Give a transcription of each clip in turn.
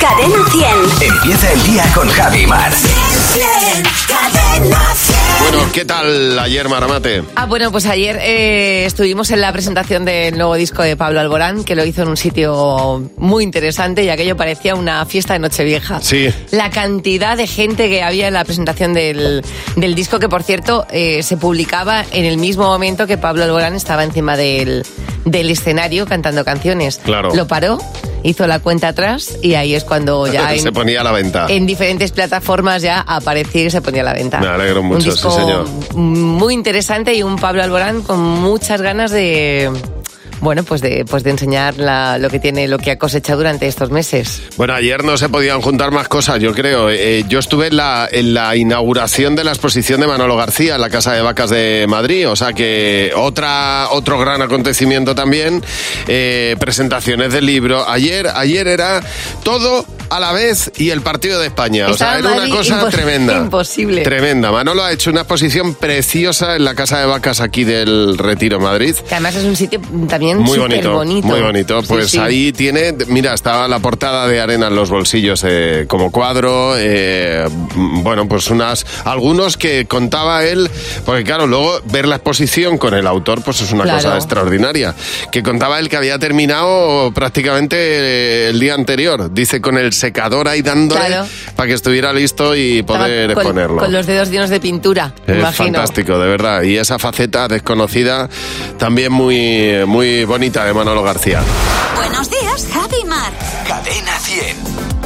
Cadena 100. Empieza el día con Javi Mar. Cadena 100. Bueno, ¿qué tal ayer, Maramate? Ah, bueno, pues ayer eh, estuvimos en la presentación del nuevo disco de Pablo Alborán, que lo hizo en un sitio muy interesante y aquello parecía una fiesta de Nochevieja. Sí. La cantidad de gente que había en la presentación del, del disco, que por cierto eh, se publicaba en el mismo momento que Pablo Alborán estaba encima del, del escenario cantando canciones. Claro. Lo paró, hizo la cuenta atrás y ahí es cuando ya en, Se ponía a la venta. en diferentes plataformas ya aparecía y se ponía a la venta. Me alegro mucho, un disco sí, señor. Muy interesante y un Pablo Alborán con muchas ganas de. Bueno, pues de, pues de enseñar la- lo que tiene, lo que ha cosechado durante estos meses. Bueno, ayer no se podían juntar más cosas, yo creo. Eh, yo estuve en la, en la inauguración de la exposición de Manolo García en la Casa de Vacas de Madrid, o sea que otra, otro gran acontecimiento también. Eh, presentaciones del libro. Ayer, ayer era todo a la vez y el partido de España. O sea, Estaba era una Madrid cosa impos- tremenda. imposible. Tremenda. Manolo ha hecho una exposición preciosa en la Casa de Vacas aquí del Retiro Madrid. Que además es un sitio también Muy súper bonito, bonito. muy bonito. Mm, Sí, Pues sí. ahí tiene, mira, está la portada de arena en los bolsillos eh, como cuadro. eh, mm, bueno, pues unas algunos que contaba él, porque claro, luego ver la exposición con el autor, pues es una Claro. cosa extraordinaria. Que contaba él que había terminado prácticamente eh, el día anterior. Dice con el secador ahí dándole Claro. para que estuviera listo y Estaba poder con, exponerlo. Con los dedos llenos de pintura, Es imagino. fantástico, de verdad. Y esa faceta desconocida también muy, muy bonita de Manolo García. Buenos días, Javi Mar. Cadena 100.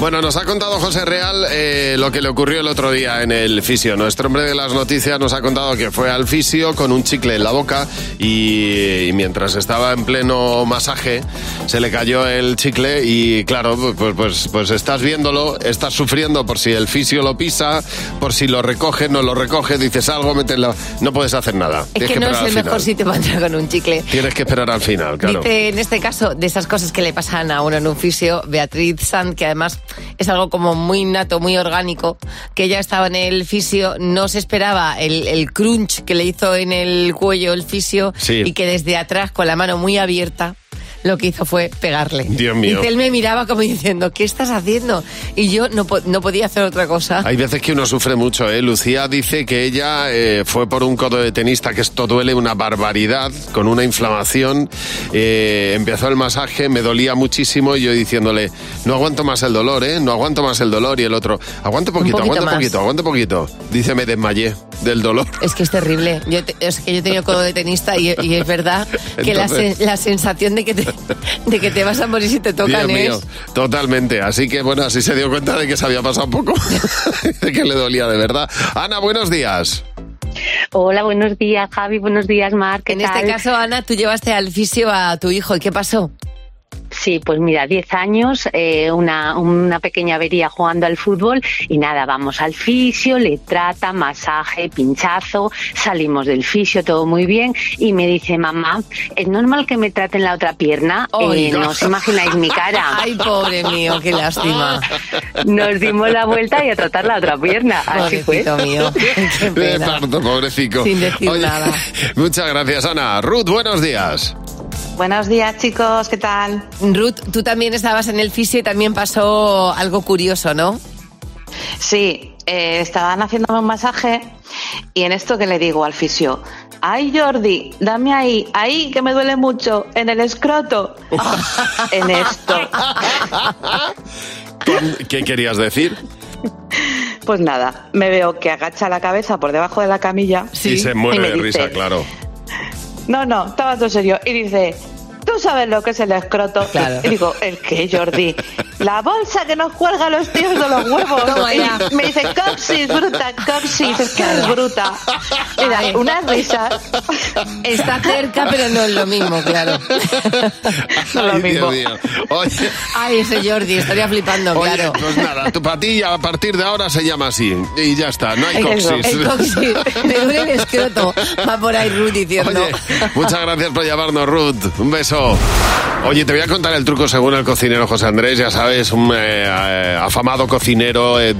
Bueno, nos ha contado José Real eh, lo que le ocurrió el otro día en el fisio. Nuestro hombre de las noticias nos ha contado que fue al fisio con un chicle en la boca y, y mientras estaba en pleno masaje se le cayó el chicle y claro, pues, pues, pues, pues estás viéndolo, estás sufriendo por si el fisio lo pisa, por si lo recoge, no lo recoge, dices algo, mételo, no puedes hacer nada. Es Tienes que no es esperar el al mejor final. sitio para entrar con un chicle. Tienes que esperar al final, claro. Dice en este caso de esas cosas que le pasan a uno en un fisio, Beatriz Sand, que además es algo como muy innato, muy orgánico, que ella estaba en el fisio, no se esperaba el, el crunch que le hizo en el cuello el fisio Sí. y que desde atrás con la mano muy abierta lo que hizo fue pegarle. Dios mío. Dice, él me miraba como diciendo, ¿qué estás haciendo? Y yo no, po- no podía hacer otra cosa. Hay veces que uno sufre mucho, ¿eh? Lucía dice que ella eh, fue por un codo de tenista, que esto duele una barbaridad, con una inflamación. Eh, empezó el masaje, me dolía muchísimo y yo diciéndole, no aguanto más el dolor, ¿eh? No aguanto más el dolor. Y el otro, aguanta poquito, poquito aguanta más. poquito, aguanta poquito. Dice, me desmayé del dolor. Es que es terrible. Yo te- es que yo he tenido codo de tenista y, y es verdad que la, Entonces- sen- la sensación de que, te, de que te vas a morir si te tocan Dios mío, es... totalmente. Así que bueno, así se dio cuenta de que se había pasado poco, de que le dolía de verdad. Ana, buenos días. Hola, buenos días, Javi. Buenos días, Mar. ¿Qué En tal? este caso, Ana, tú llevaste al fisio a tu hijo. ¿Y qué pasó? Sí, pues mira, 10 años, eh, una, una pequeña avería jugando al fútbol y nada, vamos al fisio, le trata, masaje, pinchazo, salimos del fisio, todo muy bien y me dice, mamá, ¿es normal que me traten la otra pierna? Ay, Eh, no. no os imagináis mi cara. Ay, pobre mío, qué lástima. Nos dimos la vuelta y a tratar la otra pierna. Así fue. Pobrecito mío. Qué De pena. parto, pobrecito. Sin decir nada. Muchas gracias, Ana. Ruth, buenos días. Buenos días, chicos, ¿qué tal? Ruth, tú también estabas en el fisio y también pasó algo curioso, ¿no? Sí, eh, estaban haciéndome un masaje y en esto que le digo al fisio, ay Jordi, dame ahí, ahí que me duele mucho, en el escroto. en esto. ¿Qué- ¿Qué querías decir? Pues nada, me veo que agacha la cabeza por debajo de la camilla. Y se Y muere me de dice- risa, claro. No, no, estaba todo serio. Y dice, ¿tú sabes lo que es el escroto? Claro. Y digo, ¿el qué, Jordi? La bolsa que nos cuelga los tíos de los huevos. Toma ya. Y me dice, coxis, bruta, coxis, es que eres bruta. Mira, Ay. unas risas. Está cerca, pero no es lo mismo, claro. No lo Ay, Dios mismo. mío. Oye, Ay, ese Jordi, estaría flipando, oye, claro. pues nada, tu patilla a partir de ahora se llama así. Y ya está, no hay Eso, coxis. El coxis, me duele el escroto. Va por ahí Ruth diciendo. Oye, muchas gracias por llamarnos, Ruth. Un beso. Oye, te voy a contar el truco según el cocinero José Andrés. Ya sabes ¿sabes? Un eh, eh, afamado cocinero eh,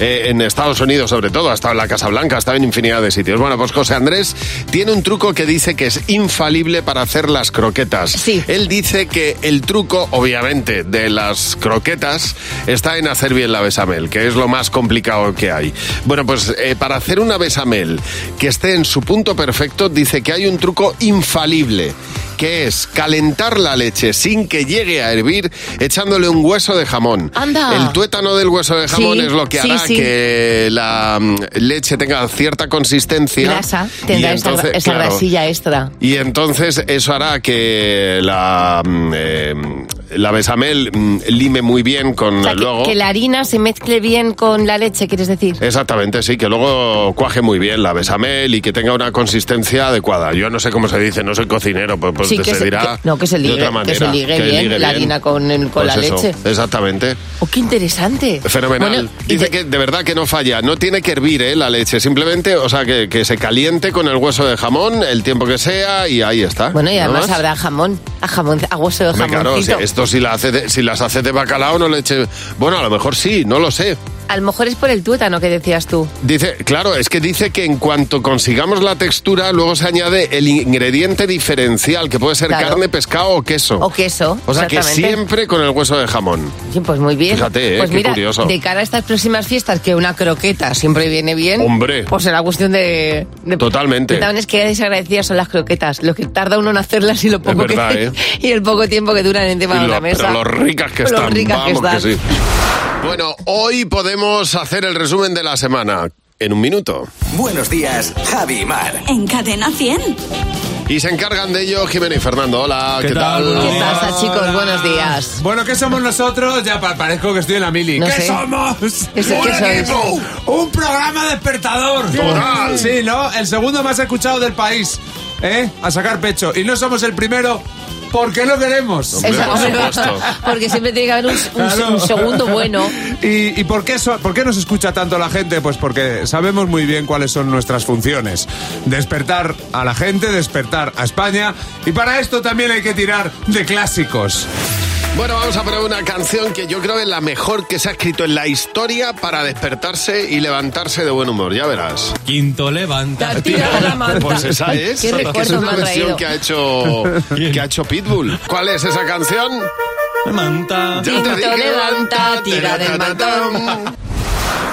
eh, en Estados Unidos, sobre todo. Ha estado en la Casa Blanca, ha estado en infinidad de sitios. Bueno, pues José Andrés tiene un truco que dice que es infalible para hacer las croquetas. Él dice que el truco, obviamente, de las croquetas está en hacer bien la besamel, que es lo más complicado que hay. Bueno, pues eh, para hacer una besamel que esté en su punto perfecto, dice que hay un truco infalible que es calentar la leche sin que llegue a hervir echándole un hueso de jamón. Anda. El tuétano del hueso de jamón Sí, es lo que sí, hará sí. que la mm, leche tenga cierta consistencia. Grasa, y tendrá esa, entonces- esa claro. grasilla extra. Y entonces eso hará que la, mm, eh, la besamel mm, lime muy bien con O sea, que- luego. que, la harina se mezcle bien con la leche, ¿quieres decir? Exactamente, sí, que luego cuaje muy bien la besamel y que tenga una consistencia adecuada. Yo no sé cómo se dice, no soy cocinero, pues, pues sí, se, que dirá no, que se ligue, de otra manera. que se ligue que bien ligue la bien. harina con, el- con Pues la eso, leche. Exactamente. Oh, qué interesante. Fenomenal. Bueno, Dice que de verdad que no falla. No tiene que hervir ¿eh? la leche. Simplemente, o sea, que, que se caliente con el hueso de jamón el tiempo que sea y ahí está. bueno, y Nada además más. habrá jamón, a jamón, a hueso de Ah, Hombre, claro, si jamoncito. esto si, la hace de- si las hace de bacalao no le eche... Bueno, a lo mejor sí, no lo sé. A lo mejor es por el tuétano que decías tú. Dice, claro, es que dice que en cuanto consigamos la textura, luego se añade el ingrediente diferencial, que puede ser Claro. carne, pescado o queso. O queso. o sea que exactamente. siempre con el hueso de jamón. Oye, Pues muy bien. Fíjate, ¿eh? pues Qué mira, curioso. de cara a estas próximas fiestas, que una croqueta siempre viene bien. Hombre. Pues será cuestión de. de- Totalmente. Y También es que desagradecidas son las croquetas. Lo que tarda uno en hacerlas y lo poco verdad, que, ¿eh? y el poco tiempo que duran encima Y de lo- la mesa. Pero lo ricas que Lo están. ricas que vamos están. que, sí. Bueno, hoy podemos hacer el resumen de la semana en un minuto. Buenos días, Javi y Mar. En Cadena 100. Y se encargan de ello Jimena y Fernando. Hola, ¿qué, tal? ¿Qué pasa, chicos? Buenos días. Bueno, ¿qué somos nosotros? Ya pa- parezco que estoy en la mili. No ¿Qué sé. somos? sé ¡Un que sois. equipo! ¡Un programa despertador! Total. Sí, ¿no? El segundo más escuchado del país. ¿Eh? A sacar pecho. Y no somos el primero porque no queremos. Hombre, Esa- por supuesto. porque siempre tiene que haber un, un- Claro. un segundo bueno. ¿Y, y por, qué so- por qué nos escucha tanto la gente? Pues porque sabemos muy bien cuáles son nuestras funciones. Despertar a la gente, despertar a España. Y para esto también hay que tirar de clásicos. Bueno, vamos a poner una canción que yo creo que es la mejor que se ha escrito en la historia para despertarse y levantarse de buen humor, ya verás. Quinto levanta. Pues esa es, Qué Es que es recuerdo me una ha versión traído. que ha hecho que ha hecho Pitbull. ¿Cuál es esa canción? Manta. Ya Pinto, levanta, tira del mantón.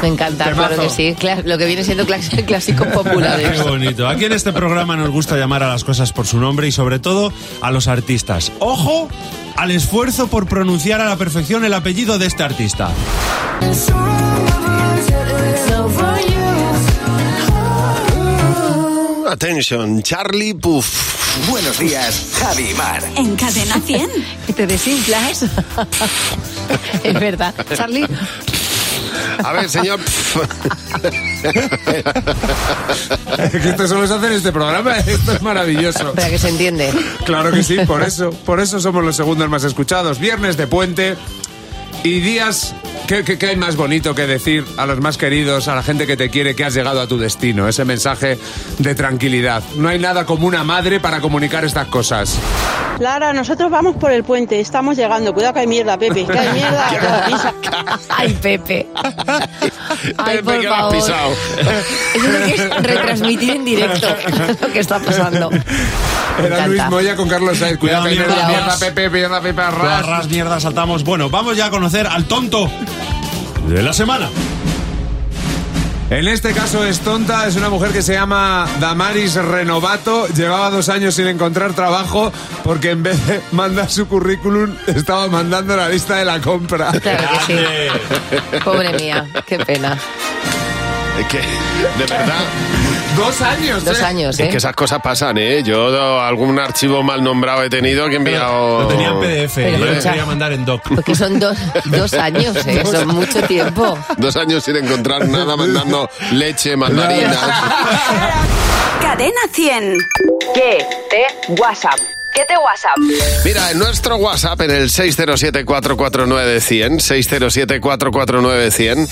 Me encanta, claro que sí. Cla- Lo que viene siendo clas- clásicos populares. Qué bonito. Aquí en este programa nos gusta llamar a las cosas por su nombre y sobre todo a los artistas. Ojo al esfuerzo por pronunciar a la perfección el apellido de este artista. Attention, Uh, Charlie Puff. Buenos días, Javi y Mar. En Cadena 100. ¿Que te desinflas? es verdad. Charlie, A ver, señor. que esto solo se hace en este programa. Esto es maravilloso. para que se entiende. Claro que sí, por eso. Por eso somos los segundos más escuchados. Viernes de puente y días. ¿Qué, qué, qué hay más bonito que decir a los más queridos, a la gente que te quiere, que has llegado a tu destino? Ese mensaje de tranquilidad. No hay nada como una madre para comunicar estas cosas. Lara, nosotros vamos por el puente, estamos llegando. Cuidado que hay mierda, Pepe, que hay mierda. Avisa. Ay, Pepe. Ay, Pepe, por que lo has favor. pisado. Eso es lo que es retransmitir en directo lo que está pasando. Me Era Luis encanta. Moya con Carlos Sainz. Cuidado que hay Cuidado, mierda, mierda, mierda, Pepe, mierda, Pepe, arras. Barras, mierda, saltamos. Bueno, vamos ya a conocer al tonto de la semana. En este caso es tonta, es una mujer que se llama Damaris Renovato. Llevaba dos años sin encontrar trabajo porque en vez de mandar su currículum estaba mandando la lista de la compra. Claro que Grande. sí. Pobre mía, qué pena. Es que, de verdad. Dos años. Dos ¿eh? años, Es ¿eh? que esas cosas pasan, ¿eh? Yo do- algún archivo mal nombrado he tenido que he enviado... Lo tenía en PDF, Pero yo lo escucha. Pues, quería mandar en doc. Porque son dos, dos años, ¿eh? Son mucho tiempo. Dos años sin encontrar nada, mandando leche, mandarinas... Cadena 100. ¿Qué te WhatsApp? ¿Qué te WhatsApp? Mira, en nuestro WhatsApp, en el 607-449-100, 607-449-100,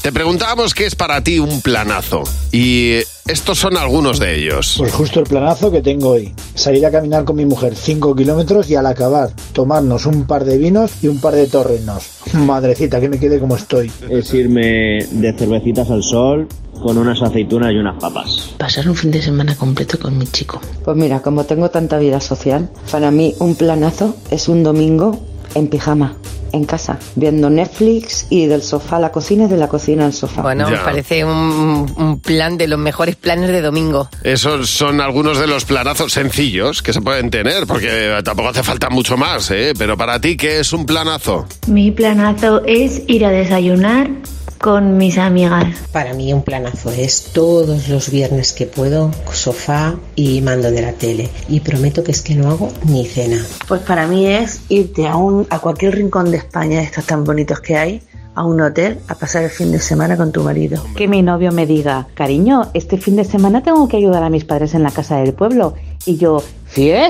te preguntábamos qué es para ti un planazo. Y Estos son algunos de ellos. Pues justo el planazo que tengo hoy. Salir a caminar con mi mujer 5 kilómetros y al acabar tomarnos un par de vinos y un par de torrenos. Madrecita, que me quede como estoy. Es irme de cervecitas al sol con unas aceitunas y unas papas. Pasar un fin de semana completo con mi chico. Pues mira, como tengo tanta vida social, para mí un planazo es un domingo en pijama, en casa, viendo Netflix y del sofá a la cocina y de la cocina al sofá. Bueno, pues Ya. parece un, un plan de los mejores planes de domingo. Esos son algunos de los planazos sencillos que se pueden tener, porque tampoco hace falta mucho más, ¿eh? Pero para ti, ¿qué es un planazo? Mi planazo es ir a desayunar con mis amigas. Para mí un planazo es todos los viernes que puedo, sofá y mando de la tele. Y prometo que es que no hago ni cena. Pues para mí es irte a, un, a cualquier rincón de España, de estos tan bonitos que hay, a un hotel, a pasar el fin de semana con tu marido. Que mi novio me diga, cariño, este fin de semana tengo que ayudar a mis padres en la casa del pueblo. Y yo,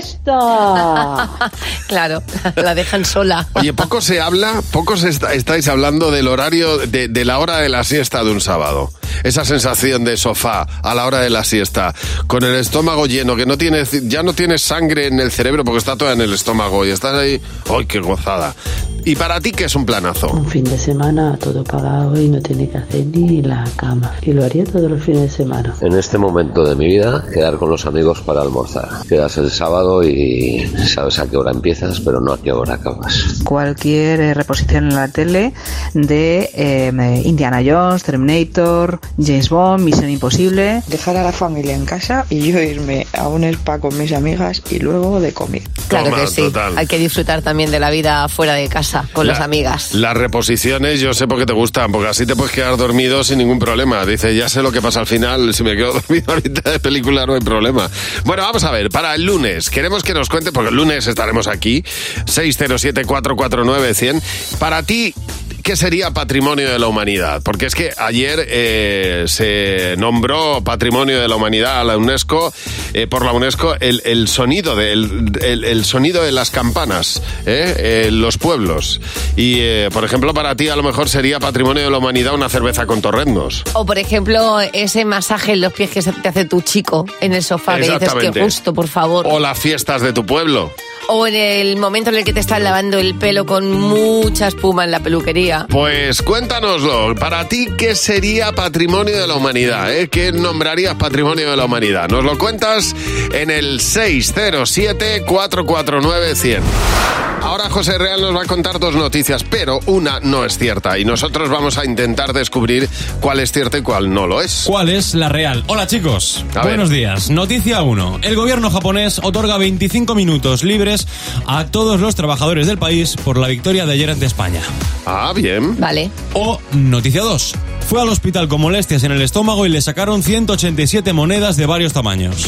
fiesta. Claro, la dejan sola. Oye, poco se habla, pocos est- estáis hablando del horario, de, de la hora de la siesta de un sábado. Esa sensación de sofá a la hora de la siesta, con el estómago lleno, que no tienes, ya no tienes sangre en el cerebro porque está toda en el estómago y estás ahí, ¡ay, qué gozada! ¿Y para ti qué es un planazo? Un fin de semana todo pagado y no tiene que hacer ni la cama. Y lo haría todos los fines de semana. En este momento de mi vida, quedar con los amigos para almorzar. Quedas el sábado y sabes a qué hora empiezas, pero no a qué hora acabas. cualquier eh, reposición en la tele de eh, Indiana Jones, Terminator, James Bond, Misión Imposible. Dejar a la familia en casa y yo irme a un spa con mis amigas y luego de comer. Claro Toma, que sí. total. Hay que disfrutar también de la vida fuera de casa, con las La- amigas. Las reposiciones yo sé por qué te gustan, porque así te puedes quedar dormido sin ningún problema. Dice, ya sé lo que pasa al final, si me quedo dormido a mitad de película no hay problema. Bueno, vamos a ver, para el lunes, queremos que nos cuente, porque el lunes estaremos aquí, 607-449-100. Para ti, ¿qué sería patrimonio de la humanidad? Porque es que ayer eh, se nombró patrimonio de la humanidad a la UNESCO, eh, por la UNESCO, el, el sonido, de, el, el- el sonido de las campanas, ¿eh? Eh, los pueblos. Y, eh, por ejemplo, para ti a lo mejor sería patrimonio de la humanidad una cerveza con torrendos. O, por ejemplo, ese masaje en los pies que se te hace tu chico en el sofá, que dices que Exactamente. gusto, por favor. O las fiestas de tu pueblo. O en el momento en el que te están lavando el pelo con mucha espuma en la peluquería. Pues cuéntanoslo. Para ti, ¿qué sería patrimonio de la humanidad? eh? ¿Qué nombrarías patrimonio de la humanidad? Nos lo cuentas en el 607-449-100. Ahora José Real nos va a contar dos noticias, pero una no es cierta y nosotros vamos a intentar descubrir cuál es cierta y cuál no lo es. ¿Cuál es la real? Hola chicos, A ver. buenos días. Noticia 1. El gobierno japonés otorga 25 minutos libres a todos los trabajadores del país por la victoria de ayer ante España. Ah, bien. Vale. O noticia 2. Fue al hospital con molestias en el estómago y le sacaron 187 monedas de varios tamaños.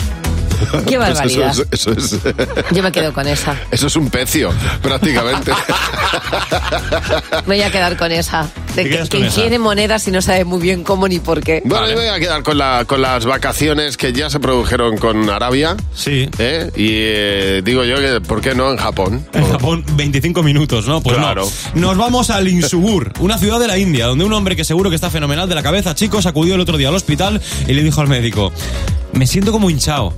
Qué Pues barbaridad. eso, es, eso es- Yo me quedo con esa. eso es un pecio, prácticamente. Me voy a quedar con esa. De Te que, quedas con que esa. quiere monedas y no sabe muy bien cómo ni por qué. Bueno, yo me voy a quedar con, la, con las vacaciones que ya se produjeron con Arabia. Sí. Y eh, digo yo que, ¿por qué no en Japón? En Japón, 25 minutos, ¿no? Pues Claro. no. Nos vamos al Insubur, una ciudad de la India, donde un hombre que seguro que está fenomenal de la cabeza, chicos, acudió el otro día al hospital y le dijo al médico, me siento como hinchado.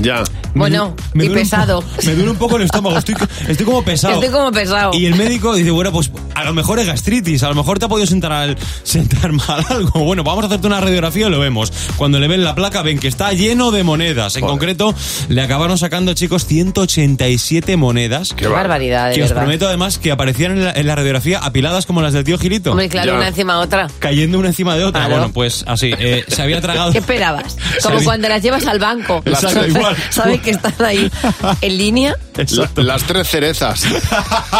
Ya. Bueno, y pesado. me duele un poco el estómago, estoy, estoy como pesado. Estoy como pesado. Y el médico dice, bueno, pues a lo mejor es gastritis, a lo mejor te ha podido sentar, al- sentar mal algo. Bueno, vamos a hacerte una radiografía y lo vemos. Cuando le ven la placa ven que está lleno de monedas. En concreto, le acabaron sacando, chicos, 187 monedas. Qué barbaridad, de Que os verdad. prometo además que aparecían en la, en la radiografía apiladas como las del tío Girito. Hombre, claro, una encima de otra. Cayendo una encima de otra. Claro. Bueno, pues así. eh, se había tragado... ¿Qué esperabas? Como Sí. cuando las llevas al banco. Exacto, igual. Sabes que están ahí en línea. Exacto. Las tres cerezas.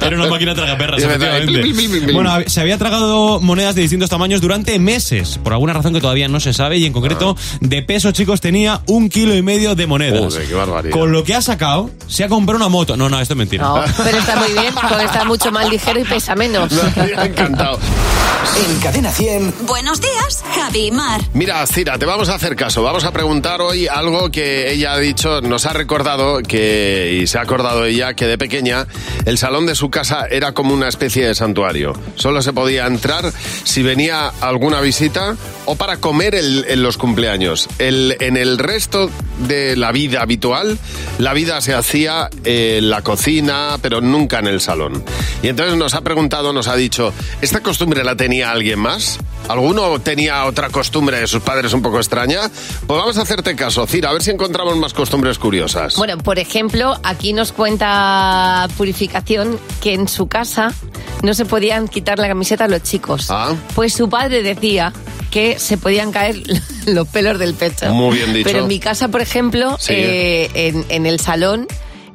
Era una máquina tragaperras, Y me trae, blim, blim, blim, efectivamente. blim. Bueno, hab- se había tragado monedas de distintos tamaños durante meses, por alguna razón que todavía no se sabe, y en concreto, de peso, chicos, tenía un kilo y medio de monedas. Ah. Joder, qué barbaridad. Con lo que ha sacado, se ha comprado una moto. No, no, esto es mentira. No, pero está muy bien, porque está mucho más ligero y pesa menos. encantado. En Cadena 100. Buenos días, Javi y Mar. Mira, Cira, te vamos a hacer caso. Vamos a preguntar hoy algo que ella ha dicho, nos ha recordado que eh, y se ha acordado ella que de pequeña el salón de su casa era como una especie de santuario. Solo se podía entrar si venía alguna visita o para comer el- en los cumpleaños. El- en el resto de la vida habitual, la vida se hacía eh, en la cocina, pero nunca en el salón. Y entonces nos ha preguntado, nos ha dicho, ¿esta costumbre la tenía alguien más? ¿Alguno tenía otra costumbre de sus padres un poco extraña? Pues vamos a hacerte caso, Cira, a ver si encontramos más costumbres curiosas. Bueno, por ejemplo, aquí nos cuenta Purificación que en su casa no se podían quitar la camiseta a los chicos. Pues su padre decía que se podían caer los pelos del pecho. Muy bien dicho. Pero en mi casa, por ejemplo, Sí. eh, en, en el salón,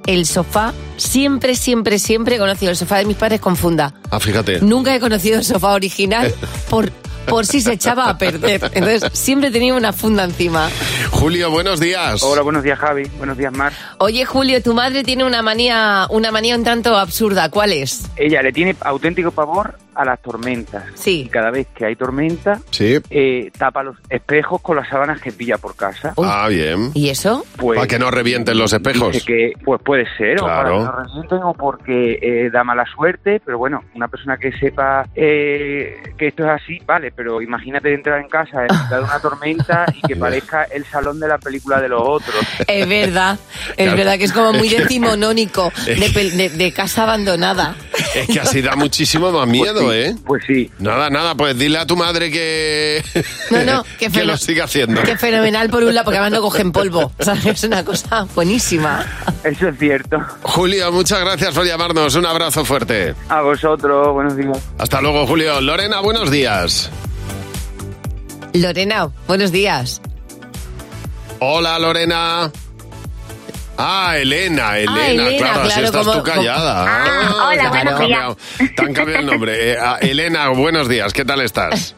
el sofá, siempre, siempre, siempre he conocido el sofá de mis padres con funda. Ah, fíjate. Nunca he conocido el sofá original por, por si se echaba a perder. Entonces, siempre tenía una funda encima. Julio, buenos días. Hola, buenos días, Javi. Buenos días, Mar. Oye, Julio, tu madre tiene una manía, una manía un tanto absurda. ¿Cuál es? Ella le tiene auténtico pavor a las tormentas. Sí. Y cada vez que hay tormenta, eh, tapa los espejos con las sábanas que pilla por casa. Ah, bien. ¿Y eso? Pues- Para que no revienten los espejos. Dice que, pues puede ser, o para Claro. que no resienten, o porque eh, da mala suerte, pero bueno, una persona que sepa eh, que esto es así, vale, pero imagínate entrar en casa en mitad de una tormenta y que parezca el salón de la película de los otros. Es verdad, es Claro. verdad que es como muy Es que- decimonónico, de, pel- de- de casa abandonada. Es que así da muchísimo más miedo, ¿eh? Pues sí. Nada, nada, pues dile a tu madre que. No, no, que que feno- lo siga haciendo. Qué fenomenal por un lado, porque además no cogen polvo. O sea, es una cosa buenísima. Eso es cierto. Julio, muchas gracias por llamarnos. Un abrazo fuerte. A vosotros, buenos días. Hasta luego, Julio. Lorena, buenos días. Lorena, buenos días. Hola, Lorena. Ah, Elena, Elena, Elena, claro, así claro, estás como- tú callada. como- Ah, Ah, hola, te han buenos cambiado- te han cambiado el nombre. Eh, ah, Elena, buenos días, ¿qué tal estás?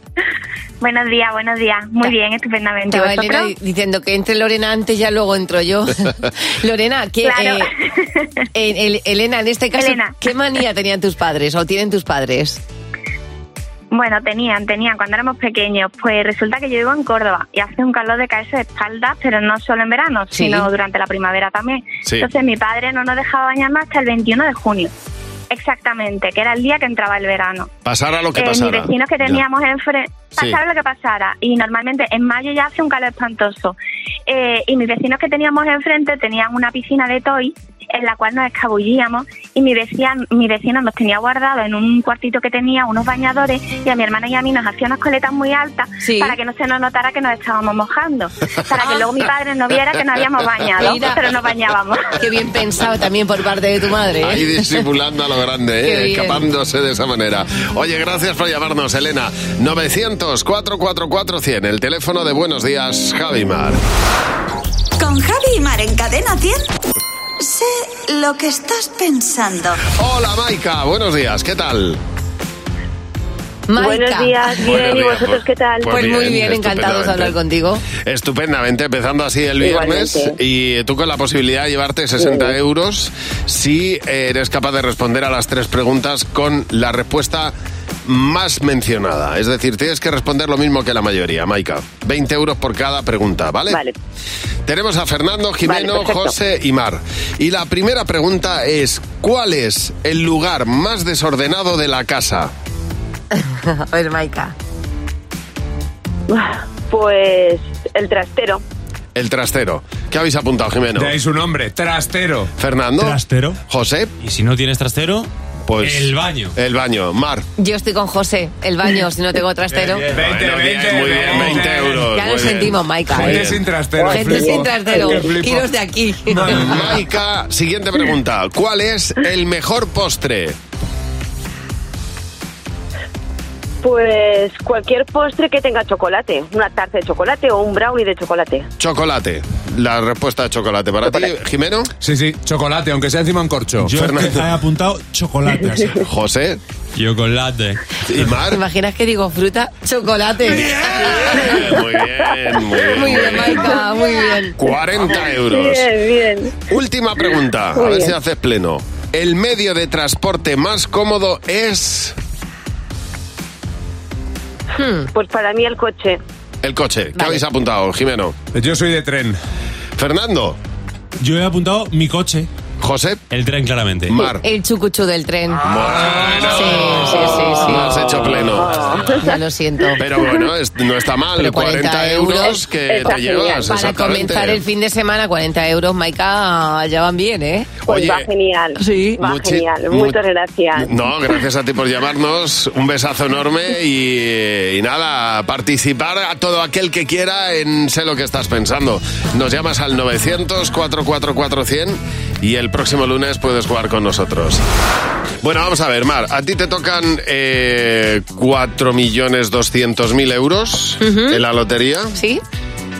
Buenos días, buenos días. Muy bien, estupendamente. Estaba ¿Vosotros? Elena di- diciendo que entre Lorena antes, ya luego entro yo. Lorena, ¿qué, Claro. eh, en- el- Elena, en este caso, Elena. ¿qué manía tenían tus padres o tienen tus padres? Bueno, tenían, tenían, cuando éramos pequeños. Pues resulta que yo vivo en Córdoba y hace un calor de caerse de espaldas, pero no solo en verano, Sí. sino durante la primavera también. Sí. Entonces mi padre no nos dejaba bañarnos hasta el 21 de junio. Exactamente, que era el día que entraba el verano. Pasara lo que Eh, mis pasara. vecinos que Ya. teníamos enfrente, Sí. pasara lo que pasara. Y normalmente en mayo ya hace un calor espantoso. Eh, y mis vecinos que teníamos enfrente tenían una piscina de toy en la cual nos escabullíamos y mi vecina, mi vecina nos tenía guardado en un cuartito que tenía unos bañadores y a mi hermana y a mí nos hacía unas coletas muy altas para que no se nos notara que nos estábamos mojando, para que luego mi padre no viera que nos habíamos bañado, Mira. pero nos bañábamos. Qué bien pensado también por parte de tu madre. ¿eh? Ahí disimulando a lo Qué grande, ¿eh? bien. escapándose de esa manera. Oye, gracias por llamarnos, Elena. 900-444-100, el teléfono de Buenos Días, Javimar. Con Javi y Mar en Cadena 100. Sé lo que estás pensando. Hola, Maika, buenos días, ¿qué tal? Maika. Buenos días, bien, Buenos ¿y días, vosotros pues- qué tal? pues Pues muy bien, bien, encantados de hablar contigo. Estupendamente, empezando así el viernes Igualmente. y tú con la posibilidad de llevarte 60 euros si eres capaz de responder a las tres preguntas con la respuesta más mencionada. Es decir, tienes que responder lo mismo que la mayoría, Maika. 20 euros por cada pregunta, ¿vale? Vale. Tenemos a Fernando, Jimeno, Vale, perfecto. José y Mar. Y la primera pregunta es, ¿cuál es el lugar más desordenado de la casa? A ver, Maika. Pues el trastero. El trastero. ¿Qué habéis apuntado, Jimeno? Tenéis un nombre, trastero. Fernando. Trastero. José. Y si no tienes trastero, pues... El baño. El baño. Mar. Yo estoy con José, el baño, si no tengo trastero. Bueno, bien, muy bien, 20 euros. Ya lo muy bien. sentimos, Maika. Muy ¿eh? bien. Gente sin trastero. Iros de aquí. Maika, siguiente pregunta. ¿Cuál es el mejor postre? Pues cualquier postre que tenga chocolate, una tarta de chocolate o un brownie de chocolate. Chocolate. La respuesta es chocolate. ¿Para ti, Jimeno? Sí, sí, chocolate, aunque sea encima un corcho. Yo he apuntado chocolate. así. José. Chocolate. ¿Y ¿Te imaginas que digo fruta? Chocolate. Muy bien, muy bien. Muy bien, Maika, Ah, muy bien. 40 euros. bien. Última pregunta. A Muy ver bien. si haces pleno. El medio de transporte más cómodo es Pues para mí el coche. el coche. ¿Qué habéis apuntado, Jimeno? Yo soy de tren. Fernando. Yo he apuntado mi coche. José. El tren, claramente. Mar. El chucuchú del tren. Sí, sí, sí, sí. Lo has hecho pleno. Ya lo siento. Pero bueno, es- no está mal. Pero 40, euros que está te genial. llevas. Para exactamente. comenzar el fin de semana, 40 euros, Maika, ya van bien, ¿eh? Pues Oye, va genial. Sí. Va Muchi- genial. mu- Muchas gracias. No, gracias a ti por llamarnos. Un besazo enorme y, y nada, a participar a todo aquel que quiera en Sé lo que estás pensando. Nos llamas al 900-444-100 y el próximo lunes puedes jugar con nosotros. Bueno, vamos a ver, Mar, a ti te tocan eh, 4.200.000 euros en la lotería. Sí.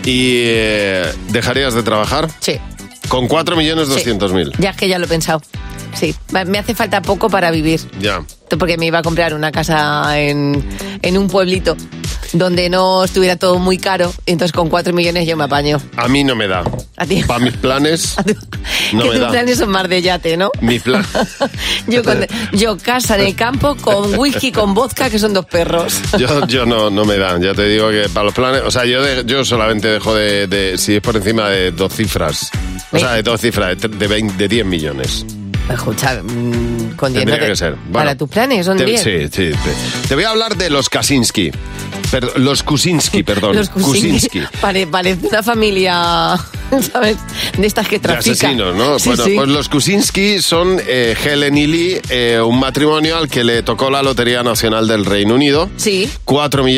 ¿Y eh, dejarías de trabajar? Sí. Con 4.200.000. Ya es que ya lo he pensado. Sí, Va- me hace falta poco para vivir. Ya. Porque me iba a comprar una casa en, en un pueblito donde no estuviera todo muy caro. Entonces con 4 millones yo me apaño. A mí no me da. A ti. Para mis planes. No que me tus da. planes son más de yate, ¿no? Mi plan. Yo, con- yo casa en el campo con whisky, con vodka, que son dos perros. Yo, yo no, no me dan, ya te digo que para los planes, o sea, yo, de- yo solamente dejo de, de- si es por encima de dos cifras, o sea, de dos cifras, de, tre- de, 20 de 10 millones. Escucha, mm, con Tendría 10 no que te- ser. para tus planes son te- 10. Sí, sí. Te, te voy a hablar de los Kaczynski, per- los Kuczynski, perdón, Los Kuczynski. Kuczynski. Pare- parece una familia, ¿sabes? De estas que De trafica. asesinos, ¿no? Sí, bueno, sí. pues los Kuczynski son eh, Helen y Lee, eh, un matrimonio al que le tocó la Lotería Nacional del Reino Unido. Sí.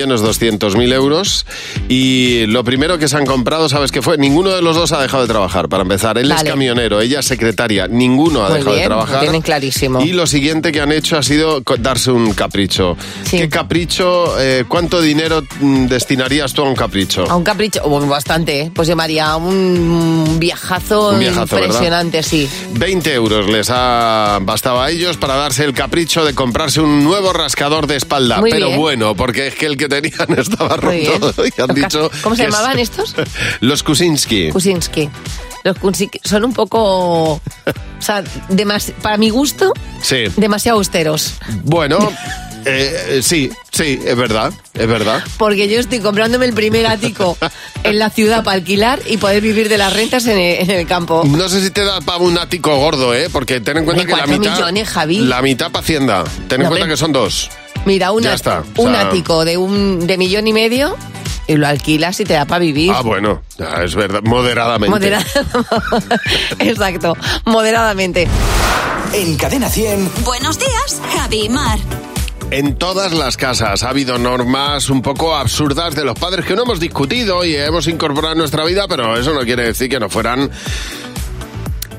4.200.000 euros. Y lo primero que se han comprado, ¿sabes qué fue? Ninguno de los dos ha dejado de trabajar, para empezar. Él Vale. es camionero, ella es secretaria. Ninguno ha Muy dejado bien, de trabajar. lo tienen clarísimo. Y lo siguiente que han hecho ha sido co- darse un capricho. ¿Qué capricho? eh, ¿Cuánto dinero mm, destarías tú a un capricho? A un capricho, bueno, bastante, ¿eh? pues llamaría un viajazo, Un viajazo, ¿verdad? impresionante, sí. 20 euros les ha bastado a ellos para darse el capricho de comprarse un nuevo rascador de espalda. Muy Pero bien. bueno, porque es que el que tenían estaba Muy bien. roto y han dicho... ¿Cómo se que es- llamaban estos? Los Kuczynski. Kuczynski. Los Kuczynski son un poco, o sea, demas- para mi gusto, Sí. demasiado austeros. Bueno, eh, eh, sí, sí, es verdad, es verdad. Porque yo estoy comprándome el primer ático en la ciudad para alquilar y poder vivir de las rentas en el, en el campo. No sé si te da para un ático gordo, ¿eh? Porque ten en cuenta Hombre, que la cuatro mitad... millones, Javi. La mitad para Hacienda. Ten en No, cuenta hombre. que son dos. Mira, un, Ya at- está, o un sea- ático de un de millón y medio y lo alquilas y te da para vivir. Ah, bueno, ah, es verdad, moderadamente. Moderada- Exacto, moderadamente. En Cadena 100. Buenos días, Javi y Mar. En todas las casas ha habido normas un poco absurdas de los padres que no hemos discutido y hemos incorporado en nuestra vida, pero eso no quiere decir que no fueran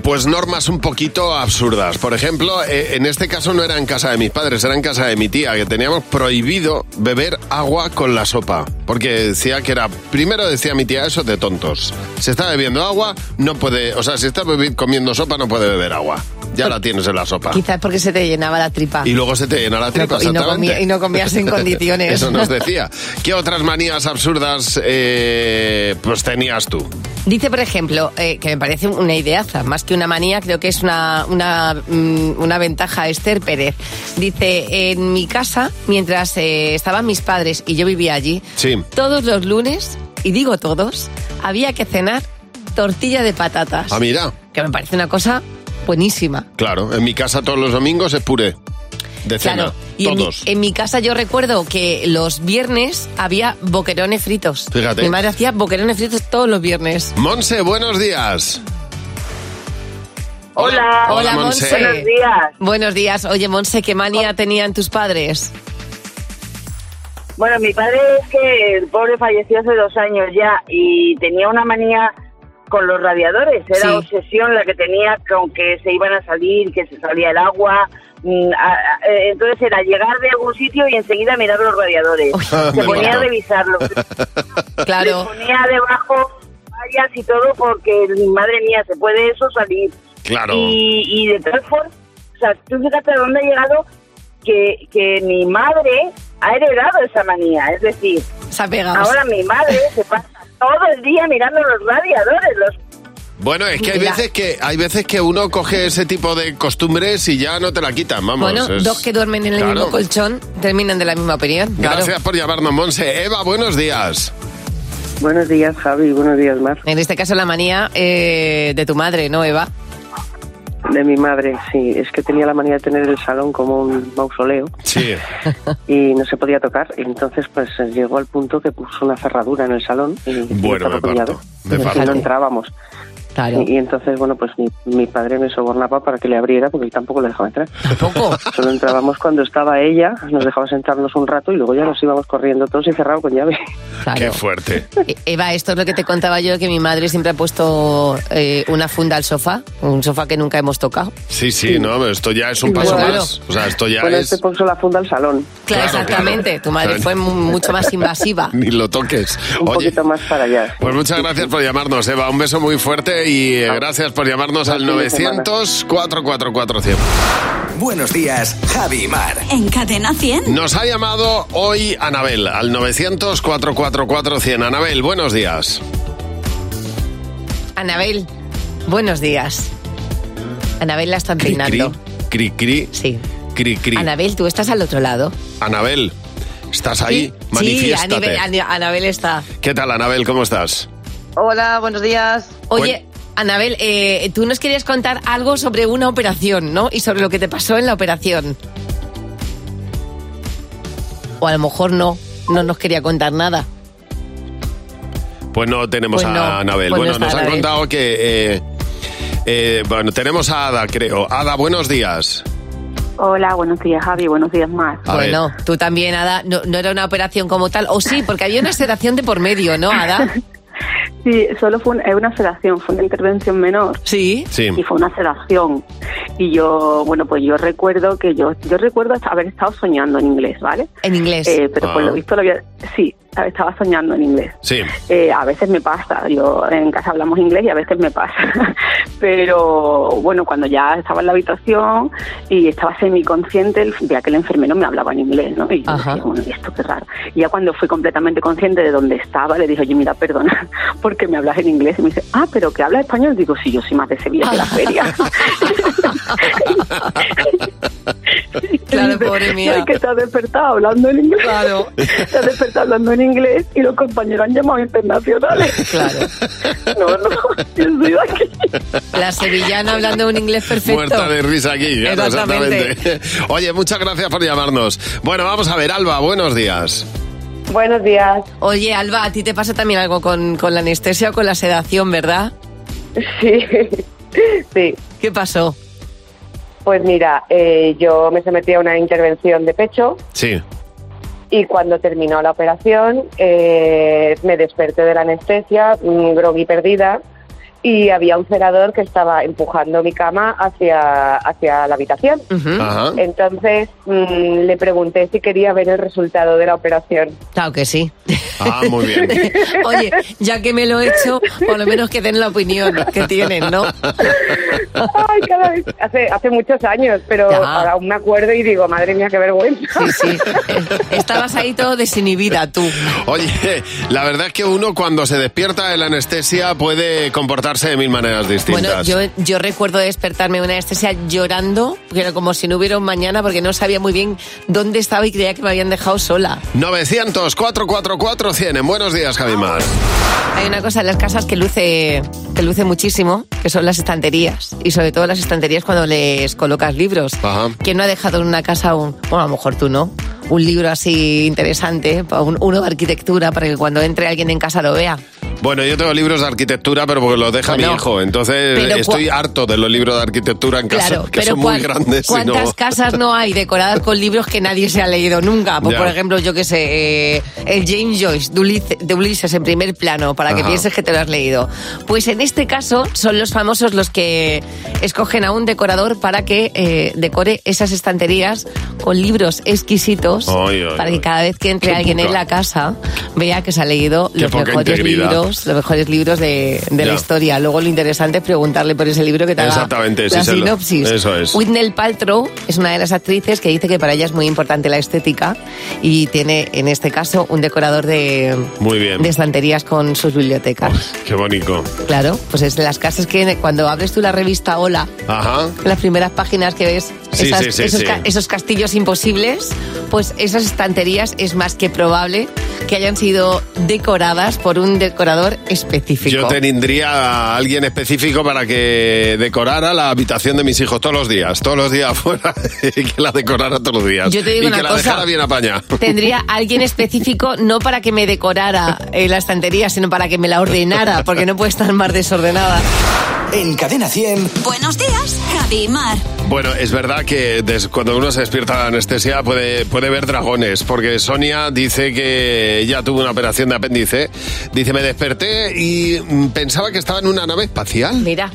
pues normas un poquito absurdas. Por ejemplo, eh, en este caso no era en casa de mis padres, era en casa de mi tía, que teníamos prohibido beber agua con la sopa. Porque decía que era, primero decía mi tía, eso es de tontos. Si está bebiendo agua, no puede, o sea, si está bebi- comiendo sopa, no puede beber agua. Ya la tienes en la sopa. Quizás porque se te llenaba la tripa. Y luego se te llena la tripa, No, y no exactamente. comía- y no comías en condiciones. Eso nos decía. ¿Qué otras manías absurdas eh, pues tenías tú? Dice, por ejemplo, eh, que me parece una ideaza, más que una manía, creo que es una, una, mm, una ventaja, Esther Pérez. Dice, en mi casa, mientras eh, estaban mis padres y yo vivía allí, Sí. todos los lunes, y digo todos, había que cenar tortilla de patatas. Ah, mira. Que me parece una cosa buenísima. Claro, en mi casa todos los domingos es puré. De cena. Claro. Y en mi, todos. en mi casa yo recuerdo que los viernes había boquerones fritos. Fíjate. Mi madre hacía boquerones fritos todos los viernes. Monse, buenos días. Hola, Hola, Monse. Monse. Buenos Oh. días. Buenos días. Oye, Monse, ¿qué manía tenían tus padres? Bueno, mi padre es que el pobre falleció hace dos años ya y tenía una manía con los radiadores. Era obsesión la que tenía con que se iban a salir, que se salía el agua. Mm, a- a- eh, Entonces era llegar de algún sitio y enseguida mirar los radiadores. se me ponía a mato. revisarlos. Claro. Le ponía debajo vallas y todo porque, madre mía, se puede eso salir. Claro. Y, y de tal forma, o sea, tú fíjate a dónde ha llegado que, que mi madre ha heredado esa manía. Es decir, pegado. ahora mi madre se pasa todo el día mirando los radiadores, los Bueno, es que hay Mira. veces que hay veces que uno coge ese tipo de costumbres y ya no te la quitan, vamos. bueno, es- dos que duermen en el Claro. mismo colchón terminan de la misma opinión. Claro. Gracias por llamarnos, Monse. Eva, buenos días. Buenos días, Javi. Buenos días, Mar. En este caso, la manía eh, de tu madre, ¿no, Eva? de mi madre, sí. Es que tenía la manía de tener el salón como un mausoleo Sí. y no se podía tocar. Y entonces, pues llegó al punto que puso una cerradura en el salón y Bueno, estaba me apoyado. parto, me Y parto. no entrábamos. Y, y entonces, bueno, pues mi, mi padre me sobornaba para que le abriera porque él tampoco le dejaba entrar. ¿Tampoco? Solo entrábamos cuando estaba ella, nos dejaba sentarnos un rato y luego ya nos íbamos corriendo todos y cerrado con llave. Qué fuerte. E- Eva, esto es lo que te contaba yo, que mi madre siempre ha puesto eh, una funda al sofá, un sofá que nunca hemos tocado. Sí, sí, no, pero esto ya es un paso Claro. más. O sea, esto ya bueno, es. este puso la funda al salón. Claro, exactamente. Tu madre Claro. fue mu- mucho más invasiva. Ni lo toques. Un Oye, poquito más para allá. pues muchas gracias por llamarnos, Eva. Un beso muy fuerte y eh, gracias por llamarnos al Ah. Buen fin de semana. 900 444 100. Buenos días, Javi y Mar. En Cadena 100. Nos ha llamado hoy Anabel al 900 444 100. Anabel, buenos días. Anabel, buenos días. Anabel la están peinando. Cri, cri. Sí. Cri, cri. Anabel, tú estás al otro lado. Anabel, ¿estás ahí? Sí, Manifiéstate. Anabel, Ana- Anabel está. ¿Qué tal, Anabel? ¿Cómo estás? Hola, buenos días. Oye, Anabel, eh, tú nos querías contar algo sobre una operación, ¿no? Y sobre lo que te pasó en la operación. O a lo mejor no, no nos quería contar nada. Pues no tenemos Pues no, a pues Anabel. no bueno, está nos han Anabel. contado que. eh, eh, bueno, tenemos a Ada, creo. Ada, buenos días. Hola, buenos días, Javi. Buenos días, Mar. A ver. Bueno, tú también, Ada, no, no era una operación como tal. O sí, porque había una sedación de por medio, ¿no, Ada? Sí, solo fue un- es una sedación, fue una intervención menor. Sí. Sí. Y fue una sedación. Y yo, bueno, pues yo recuerdo que yo, yo recuerdo hasta haber estado soñando en inglés, ¿vale? En inglés. Eh, pero por Ah. lo visto lo había, sí, estaba soñando en inglés. Sí. Eh, a veces me pasa, yo en casa hablamos inglés y a veces me pasa. Pero bueno, cuando ya estaba en la habitación y estaba semiconsciente, el- veía que el enfermero me hablaba en inglés, ¿no? Y yo decía, bueno, ¿y esto qué raro. Y ya cuando fui completamente consciente de dónde estaba, le dije, oye, mira, perdona, porque me hablas en inglés. Y me dice, ah, pero que hablas español. Digo, sí, yo soy más de Sevilla que la feria. Claro, pobre mía. que te has despertado hablando en inglés. Claro. Te has despertado hablando en inglés y los compañeros han llamado internacionales. Claro. No, no, yo soy de aquí. La sevillana hablando un inglés perfecto. Muerta de risa aquí, claro, Exactamente. exactamente. Oye, muchas gracias por llamarnos. Bueno, vamos a ver, Alba, buenos días. Buenos días. Oye, Alba, a ti te pasa también algo con, con la anestesia o con la sedación, ¿verdad? Sí, sí. ¿Qué pasó? Pues mira, eh, yo me sometí a una intervención de pecho Sí. y cuando terminó la operación eh, me desperté de la anestesia, mm, groggy perdida, y había un cerador que estaba empujando mi cama hacia, hacia la habitación. Ajá. Entonces mm, le pregunté si quería ver el resultado de la operación. Claro que sí. Ah, muy bien. Oye, ya que me lo he hecho, por lo menos que den la opinión que tienen, ¿no? Ay, cada vez- hace, hace muchos años, pero ahora aún me acuerdo y digo, madre mía, qué vergüenza. Estabas ahí todo desinhibida tú. Oye, la verdad es que uno cuando se despierta de la anestesia puede comportarse de mil maneras Bueno, distintas. yo, yo recuerdo despertarme de una anestesia llorando, que era como si no hubiera un mañana, porque no sabía muy bien dónde estaba y creía que me habían dejado sola. 900 444 100 en Buenos días, Javi Mar. Hay una cosa en las casas que luce, que luce muchísimo, que son las estanterías. Y sobre todo las estanterías cuando les colocas libros. ¿Quién no ha dejado en una casa un, bueno, a lo mejor tú no, un libro así interesante, pa- un- uno de arquitectura, para que cuando entre alguien en casa lo vea? Bueno, yo tengo libros de arquitectura, pero porque los deja mi hijo. Entonces pero cua- estoy harto de los libros de arquitectura en casa, Claro, que pero son muy cuan- grandes. y ¿cuántas no- casas no hay decoradas con libros que nadie se ha leído nunca? Pues, Ya. por ejemplo, yo que sé, eh, el James Joyce de Ulises, de Ulises en primer plano, para que Ajá. pienses que te lo has leído. Pues en este caso son los famosos los que escogen a un decorador para que eh, decore esas estanterías con libros exquisitos, Ay, ay, para ay. que cada vez que entre Qué alguien en poca. la casa vea que se ha leído Qué los poca mejores, integridad. libros, los mejores libros de, de la Ya. historia. Luego lo interesante es preguntarle por ese libro que te haga Exactamente, sí, la se lo- sinopsis. eso es. Whitney Paltrow es una de las actrices que dice que para ella es muy importante la estética y tiene en este caso un decorador de, Muy bien. de estanterías con sus bibliotecas. Qué bonito. Claro, pues es las casas que cuando abres tú la revista Hola, Ajá. las primeras páginas que ves, Sí, esas- sí, sí, esos, sí. ca- esos castillos imposibles, pues esas estanterías es más que probable que hayan sido decoradas por un decorador específico. Yo tendría a alguien específico para que decorara la habitación de mis hijos todos los días, todos los días afuera, y que la decorara todos los días. Yo te digo y una que la cosa. dejara bien apañada. Tendría alguien específico no para que me decorara eh, la estantería, sino para que me la ordenara, porque no puede estar más desordenada. En Cadena 100. Buenos días, Javi y Mar. Bueno, es verdad que des- cuando uno se despierta de la anestesia puede, puede ver dragones, porque Sonia dice que ella tuvo una operación de apéndice. Dice, me desperté y mm, pensaba que estaba en una nave espacial. Mira.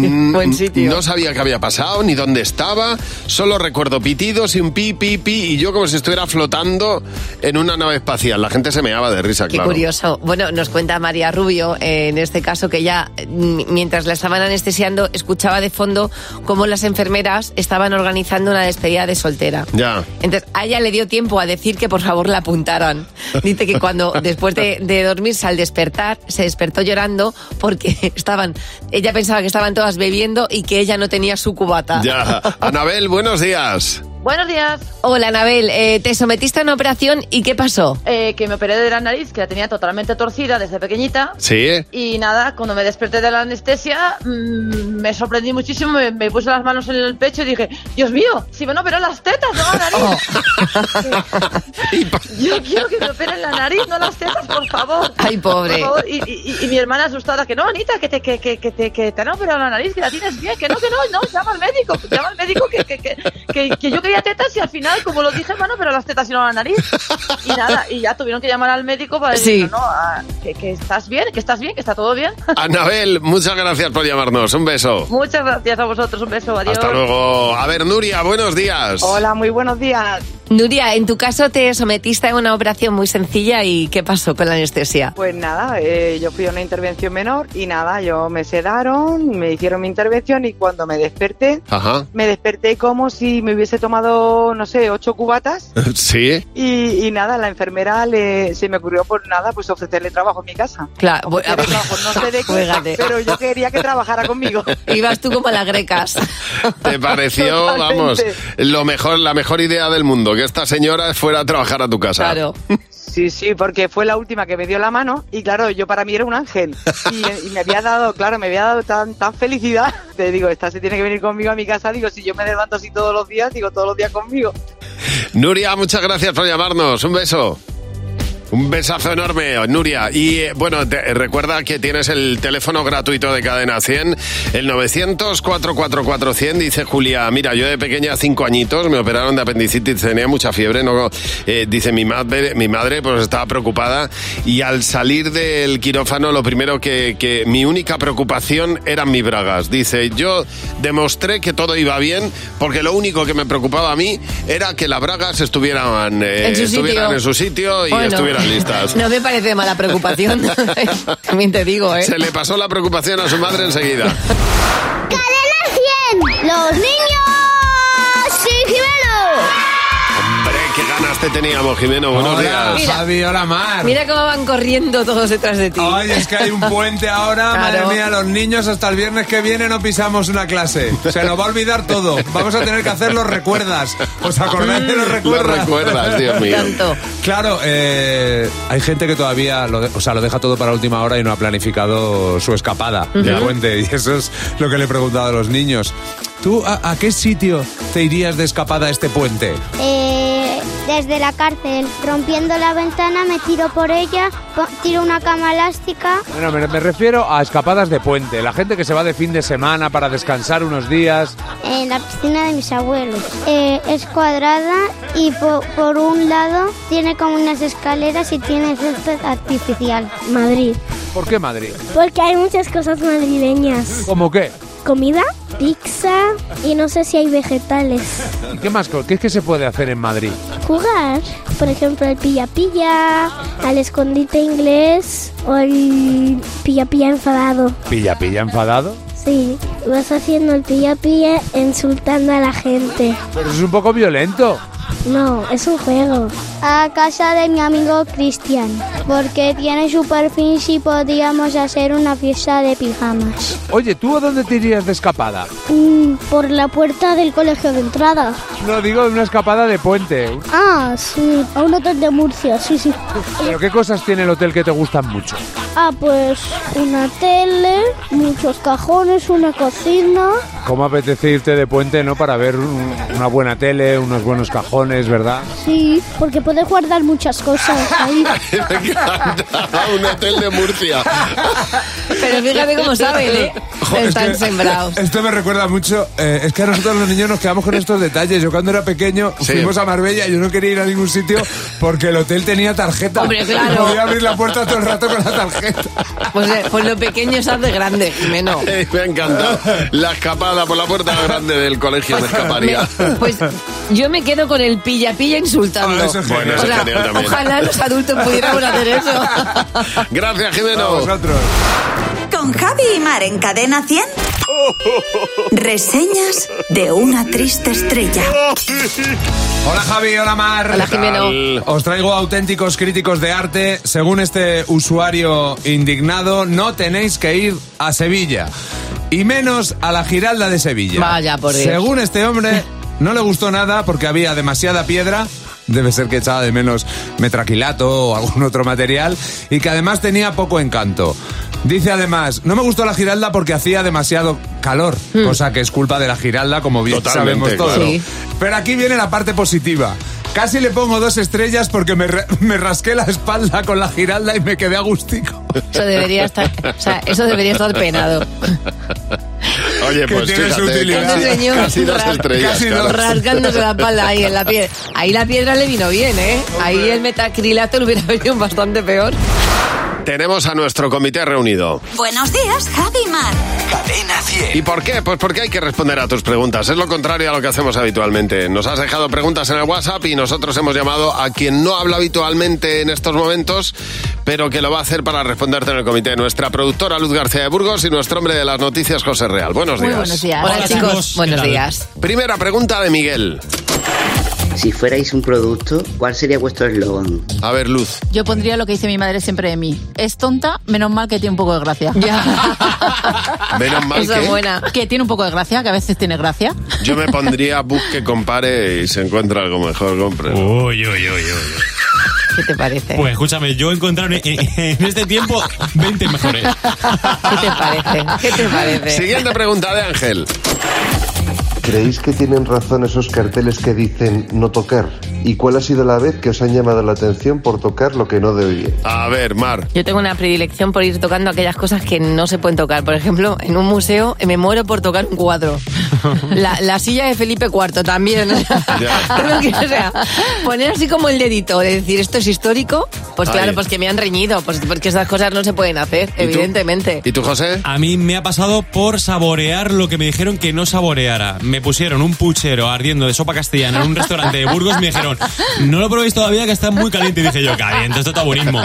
Buen sitio. No sabía qué había pasado, ni dónde estaba. Solo recuerdo pitidos y un pi, pi, pi, y yo como si estuviera flotando en una nave espacial. La gente se meaba de risa, Qué claro. curioso. Bueno, nos cuenta María Rubio, eh, en este caso, que ya eh, m- mientras la estaban anestesiando, escuchaba de fondo cómo las enfermeras estaban organizando una despedida de soltera. Ya. Entonces, a ella le dio tiempo a decir que por favor la apuntaran. Dice que cuando, después de, de dormirse, al despertar, se despertó llorando porque estaban, ella pensaba que estaban todas bebiendo y que ella no tenía su cubata. Ya. Anabel, buenos días. Buenos días. Hola, Anabel, eh, te sometiste a una operación y ¿qué pasó? Eh, que me operé de la nariz, que la tenía totalmente torcida desde pequeñita. Sí. Y nada, cuando me desperté de la anestesia, mm, me sorprendí muchísimo, me, me puse las manos en el pecho y dije, Dios mío, si me no operó las tetas, no la nariz. Yo quiero que me operen la nariz, no las tetas, por favor. Ay, pobre. Por favor. Y, y- y- y mi hermana asustada, que no, Anita, que te, que, que, que te, que te han operado la nariz, que la tienes bien, que no, que no, no, llama al médico, llama al médico, que, que, que, que- que yo quería tetas y al final, como lo dije, mano, pero las tetas y no la nariz. Y nada, y ya tuvieron que llamar al médico para decir, Sí. no, no, ah, que, que estás bien, que estás bien, que está todo bien. Anabel, muchas gracias por llamarnos. Un beso. Muchas gracias a vosotros, un beso, adiós. Hasta luego. A ver, Nuria, buenos días. muy buenos días. Nuria, en tu caso te sometiste a una operación muy sencilla y ¿qué pasó con la anestesia? Pues nada, eh, yo fui a una intervención menor y nada, yo me sedaron, me hicieron mi intervención y cuando me desperté, Ajá. me desperté como si me hubiese tomado, no sé, ocho cubatas Sí. y, y nada, la enfermera le, se me ocurrió por nada pues ofrecerle trabajo en mi casa. Claro, bu- No sé de qué, Juégate. pero yo quería que trabajara conmigo. ibas tú como a las grecas. Te pareció, Totalmente. vamos, lo mejor, la mejor idea del mundo, que esta señora fuera a trabajar a tu casa. Sí, sí, porque fue la última que me dio la mano y claro, yo para mí era un ángel. Y, y me había dado, claro, me había dado tan, tan felicidad. Te digo, esta se tiene que venir conmigo a mi casa. Digo, si yo me levanto así todos los días, digo, todos los días conmigo. Nuria, muchas gracias por llamarnos. Un beso. Un besazo enorme, Nuria. Y eh, bueno, te- recuerda que tienes el teléfono gratuito de Cadena 100, el 900-444-100. Dice Julia, mira, yo de pequeña, cinco añitos, me operaron de apendicitis, tenía mucha fiebre. No, eh, dice mi madre, mi madre, pues estaba preocupada. Y al salir del quirófano, lo primero que, que mi única preocupación eran mis bragas. Dice, yo demostré que todo iba bien, porque lo único que me preocupaba a mí era que las bragas estuvieran, eh, En su sitio. estuvieran en su sitio y Bueno, estuvieran listas. No me parece mala preocupación. También te digo, ¿eh? Se le pasó la preocupación a su madre enseguida. ¡Cadena 100! ¡Los niños! ¡Sí, Hombre, qué ganas te teníamos, Jimeno. Buenos Hola, días. Javi, hola, Mar. Mira cómo van corriendo todos detrás de ti. Ay, es que hay un puente ahora, Claro. madre mía, los niños hasta el viernes que viene no pisamos una clase. Se nos va a olvidar todo. Vamos a tener que hacer los recuerdas. ¿Os acordáis de los recuerdas? Mm. Los recuerdas, Dios mío. Tanto. Claro, eh, hay gente que todavía lo, de- o sea, lo deja todo para última hora y no ha planificado su escapada Ujú. del puente. Y eso es lo que le he preguntado a los niños. ¿Tú a, a qué sitio te irías de escapada a este puente? Eh, desde la cárcel, rompiendo la ventana, me tiro por ella, po- tiro una cama elástica. Bueno, me, me refiero a escapadas de puente. La gente que se va de fin de semana para descansar unos días. En la piscina de mis abuelos. Eh, es cuadrada y po- por un lado tiene como unas escaleras y tiene césped artificial. Madrid. ¿Por qué Madrid? Porque hay muchas cosas madrileñas. ¿Cómo qué? Comida, pizza y no sé si hay vegetales. ¿Qué más? co- ¿Qué es que se puede hacer en Madrid? Jugar, por ejemplo, el pilla-pilla, al escondite inglés o el pilla-pilla enfadado. Pilla, pilla enfadado. Sí, vas haciendo el pilla-pilla insultando a la gente. Pero eso es un poco violento. No, es un juego. A casa de mi amigo Cristian, porque tiene su perfil si podíamos hacer una fiesta de pijamas. Oye, ¿tú a dónde te irías de escapada? Mm, por la puerta del colegio de entrada. No, digo una escapada de puente. Ah, sí, a un hotel de Murcia, sí, sí. ¿Pero qué cosas tiene el hotel que te gustan mucho? Ah, pues una tele, muchos cajones, una cocina. ¿Cómo apetece irte de puente, no? Para ver un- una buena tele, unos buenos cajones, ¿verdad? Sí, porque puedes guardar muchas cosas ahí. Me encanta. Un hotel de Murcia. Pero fíjate cómo saben, ¿eh? Joder, es Están que sembrados. Esto me recuerda mucho. eh, es que a nosotros los niños nos quedamos con estos detalles. Yo cuando era pequeño fuimos a Marbella y yo no quería ir a ningún sitio porque el hotel tenía tarjeta. Hombre, claro. Y podía abrir la puerta todo el rato con la tarjeta. Pues, eh, pues lo pequeño se hace grande, Jimeno. Eh, me ha encantado. La escapada por la puerta grande del colegio me escaparía. Pues yo me quedo con el pilla pilla insultando. Ah, eso es genial. Bueno, eso es O sea, genial también. Ojalá los adultos pudiéramos hacer eso. Gracias, Jimeno. Con Javi y Mar en Cadena 100. Reseñas de una triste estrella. Hola Javi, hola Mar. Hola, Jimeno. ¿Qué tal? Os traigo auténticos críticos de arte. Según este usuario indignado, no tenéis que ir a Sevilla. Y menos a la Giralda de Sevilla. Vaya, por Dios. Según este hombre, no le gustó nada porque había demasiada piedra. Debe ser que echaba de menos metraquilato o algún otro material. Y que además tenía poco encanto. Dice además, no me gustó la Giralda porque hacía demasiado calor. Hmm. Cosa que es culpa de la Giralda, como bien Totalmente, sabemos todos. claro. Sí. Pero aquí viene la parte positiva. Casi le pongo dos estrellas porque me, re- me rasqué la espalda con la giralda y me quedé agustico. Eso debería estar- o sea, eso debería estar penado. Oye, Que pues tiene su fíjate, utilidad. casi- Ese señor casi dos ra- estrellas. casi claro. Rasgándose la espalda ahí en la piedra. Ahí la piedra le vino bien, ¿eh? Ahí el metacrilato le hubiera venido bastante peor. Tenemos a nuestro comité reunido. Buenos días, Javi y Mar. ¿Y por qué? Pues porque hay que responder a tus preguntas. Es lo contrario a lo que hacemos habitualmente. Nos has dejado preguntas en el WhatsApp y nosotros hemos llamado a quien no habla habitualmente en estos momentos, pero que lo va a hacer para responderte en el comité. Nuestra productora Luz García de Burgos y nuestro hombre de las noticias, José Real. Buenos Muy días. buenos días. Hola, chicos. Buenos días. Primera pregunta de Miguel. Si fuerais un producto, ¿cuál sería vuestro eslogan? A ver, Luz. Yo pondría lo que dice mi madre siempre de mí. Es tonta, menos mal que tiene un poco de gracia. Menos mal que Que tiene un poco de gracia, que a veces tiene gracia. yo me pondría busque, compare y se encuentra algo mejor, compre. Uy, uy, uy, uy. ¿Qué te parece? Pues escúchame, yo he encontrado en, en- en este tiempo 20 mejores. ¿Qué te parece? ¿Qué te parece? Siguiente pregunta de Ángel. ¿Creéis que tienen razón esos carteles que dicen no tocar? ¿Y cuál ha sido la vez que os han llamado la atención por tocar lo que no debía? A ver, Mar. Yo tengo una predilección por ir tocando aquellas cosas que no se pueden tocar. Por ejemplo, en un museo eh, me muero por tocar un cuadro. La, la silla de Felipe IV también. Creo que, o sea, poner así como el dedito, de decir esto es histórico, pues Ahí. claro, pues que me han reñido, pues porque esas cosas no se pueden hacer, evidentemente. ¿Y tú, José? A mí me ha pasado por saborear lo que me dijeron que no saboreara. Me pusieron un puchero ardiendo de sopa castellana en un restaurante de Burgos y me dijeron, no lo probéis todavía que está muy caliente. Y dije yo, caliente, esto está buenismo.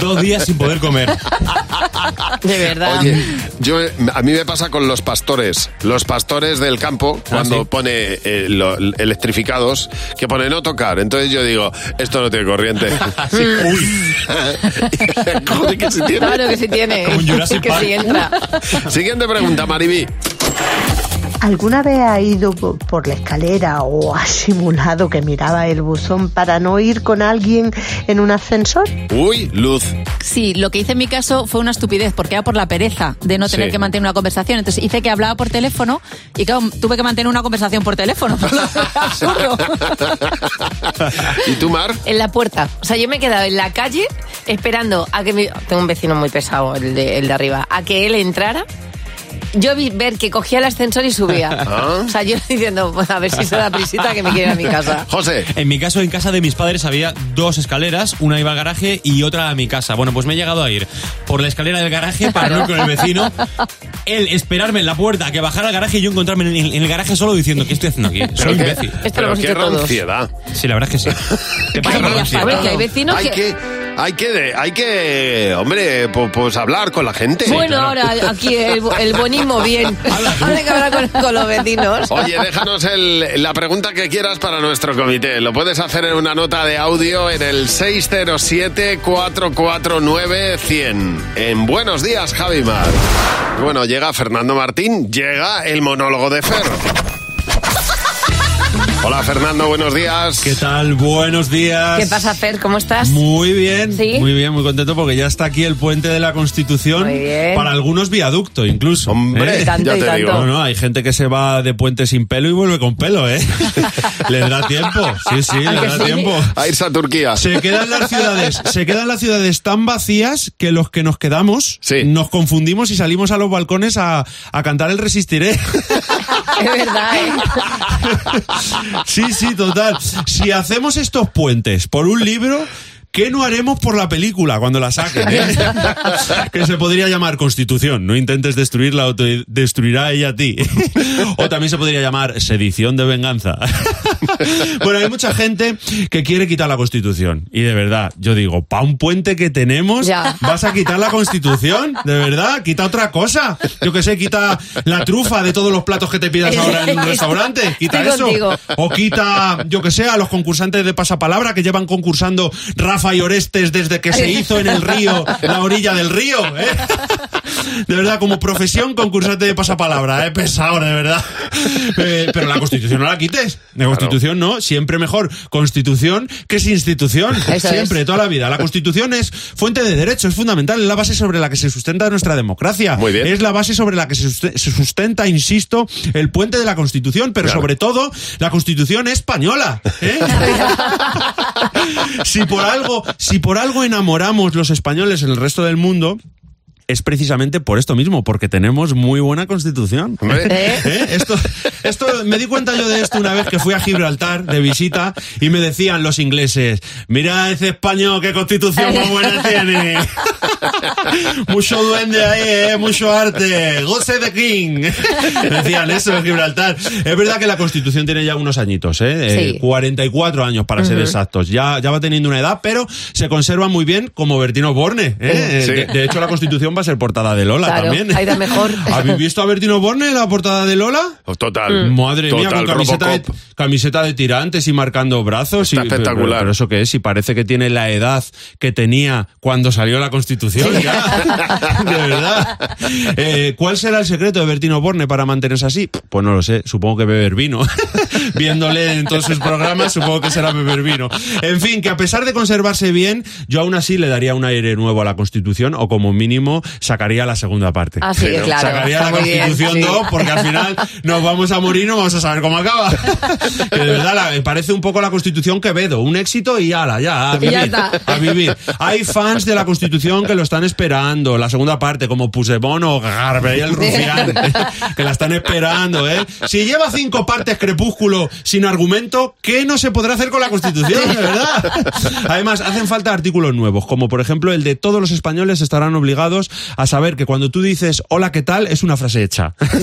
Dos días sin poder comer. De verdad. Oye, yo, eh, a mí me pasa con los pastores. Los pastores del campo, Ah, cuando pone eh, lo- electrificados, que pone no tocar. Entonces yo digo, esto no tiene corriente. Sí, uy. Joder, que sí tiene. Claro que sí tiene. Como un Jurassic que Park. sí entra. Siguiente pregunta, Maribí. ¿Alguna vez ha ido po- por la escalera o ha simulado que miraba el buzón para no ir con alguien en un ascensor? Uy, luz. Sí, lo que hice en mi caso fue una estupidez, porque era por la pereza de no tener Sí. que mantener una conversación. Entonces hice que hablaba por teléfono y claro, tuve que mantener una conversación por teléfono. Absurdo. ¿Y tú, Mar? En la puerta. O sea, yo me he quedado en la calle esperando a que mi... Tengo un vecino muy pesado, el de, el de arriba. A que él entrara. Yo vi ver que cogía el ascensor y subía. Ah. O sea, yo diciendo, "Bueno, a ver si se da prisita que me quiere ir a mi casa. José. En mi caso, en casa de mis padres había dos escaleras, una iba al garaje y otra a mi casa. Bueno, pues me he llegado a ir por la escalera del garaje para no ir con el vecino, él esperarme en la puerta a que bajara al garaje y yo encontrarme en el, en el garaje solo diciendo, ¿qué estoy haciendo aquí? Soy Pero qué- imbécil. Esto lo pero hemos qué hecho todos. ranciedad. Sí, la verdad es que sí. ¿Qué pasa, Hombre, que hay vecinos Hay que... que... Hay que, hay que, hombre, pu- pues hablar con la gente. bueno, ahora aquí el, el bonismo bien. Ahora hay que hablar con, con los vecinos. Oye, déjanos el- la pregunta que quieras para nuestro comité. Lo puedes hacer en una nota de audio en el 607-449-100. En Buenos Días, Javi Mar. Bueno, llega Fernando Martín, llega el monólogo de Fer. Hola, Fernando, buenos días. ¿Qué tal? Buenos días. ¿Qué pasa, Fer? ¿Cómo estás? Muy bien, ¿Sí? muy bien, muy contento porque ya está aquí el puente de la Constitución. ¿Eh? Muy bien. Para algunos viaducto incluso. Hombre, Y tanto, ya y te tanto. digo. No, no, hay gente que se va de puente sin pelo y vuelve con pelo, ¿eh? les da tiempo. Sí, sí, ¿A les que da sí? tiempo. A irse a Turquía. Se quedan las ciudades, se quedan las ciudades tan vacías que los que nos quedamos nos confundimos y salimos a los balcones a, a cantar el Resistiré. Es verdad, ¿eh? Sí, sí, total. Si hacemos estos puentes por un libro, ¿qué no haremos por la película cuando la saquen? eh? que se podría llamar Constitución. No intentes destruirla o te destruirá ella a ti. o también se podría llamar Sedición de Venganza. bueno, hay mucha gente que quiere quitar la Constitución. Y de verdad, yo digo, pa' un puente que tenemos, ¿vas a quitar la Constitución? De verdad, quita otra cosa. Yo que sé, quita la trufa de todos los platos que te pidas ahora en un restaurante. Quita Estoy eso. contigo. O quita, yo que sé, a los concursantes de pasapalabra que llevan concursando Rafa y Orestes desde que se hizo en el río, la orilla del río. ¿eh? De verdad, como profesión concursante de pasapalabra, ¿eh? pesado, de verdad. Eh, pero la Constitución no la quites. La Constitución no, siempre mejor Constitución que es institución. Eso siempre, es. toda la vida. La Constitución es fuente de derecho, es fundamental, es la base sobre la que se sustenta nuestra democracia. Es la base sobre la que se suste- se sustenta, insisto, el puente de la Constitución, pero sobre todo la Constitución española. ¿eh? si por algo, si por algo enamoramos los españoles en el resto del mundo. Es precisamente por esto mismo, porque tenemos muy buena constitución. ¿Eh? Esto, esto, me di cuenta yo de esto una vez que fui a Gibraltar de visita y me decían los ingleses, mira ese español, qué constitución más buena tiene. mucho duende ahí, ¿eh? mucho arte. Goce de King. Decían eso en Gibraltar. Es verdad que la Constitución tiene ya unos añitos, ¿eh? Eh, Sí. 44 años para ser Ujú. exactos. Ya, ya va teniendo una edad, pero se conserva muy bien como Bertino Borne. ¿eh? Sí. De, de hecho, la Constitución va a ser portada de Lola Claro, también. ahí da mejor. ¿Habéis visto a Bertino Borne en la portada de Lola? Oh, Total. Mm. Madre mía, Total, con camiseta de, Robocop. camiseta de tirantes y marcando brazos. y, espectacular. Pero, pero eso qué es, y parece que tiene la edad que tenía cuando salió la Constitución. ya. de verdad. Eh, ¿Cuál será el secreto de Bertino Borne para mantenerse así? Pues no lo sé, supongo que beber vino. Viéndole en todos sus programas, supongo que será beber vino. En fin, que a pesar de conservarse bien, yo aún así le daría un aire nuevo a la Constitución o como mínimo sacaría la segunda parte. Así que, claro, Sacaría está la muy bien, Constitución sí. 2 porque al final nos vamos a morir y no vamos a saber cómo acaba. Que de verdad la- me Eh, parece un poco la Constitución Quevedo, un éxito y ala, ya, a Y vivir, ya está. a vivir. Hay fans de la Constitución que lo están esperando, la segunda parte como Puigdemont o Garbe el rufián, que la están esperando, ¿eh? Si lleva cinco partes Crepúsculo sin argumento, ¿qué no se podrá hacer con la Constitución, de verdad? Además, hacen falta artículos nuevos, como por ejemplo el de todos los españoles estarán obligados a saber que cuando tú dices hola, ¿qué tal? es una frase hecha.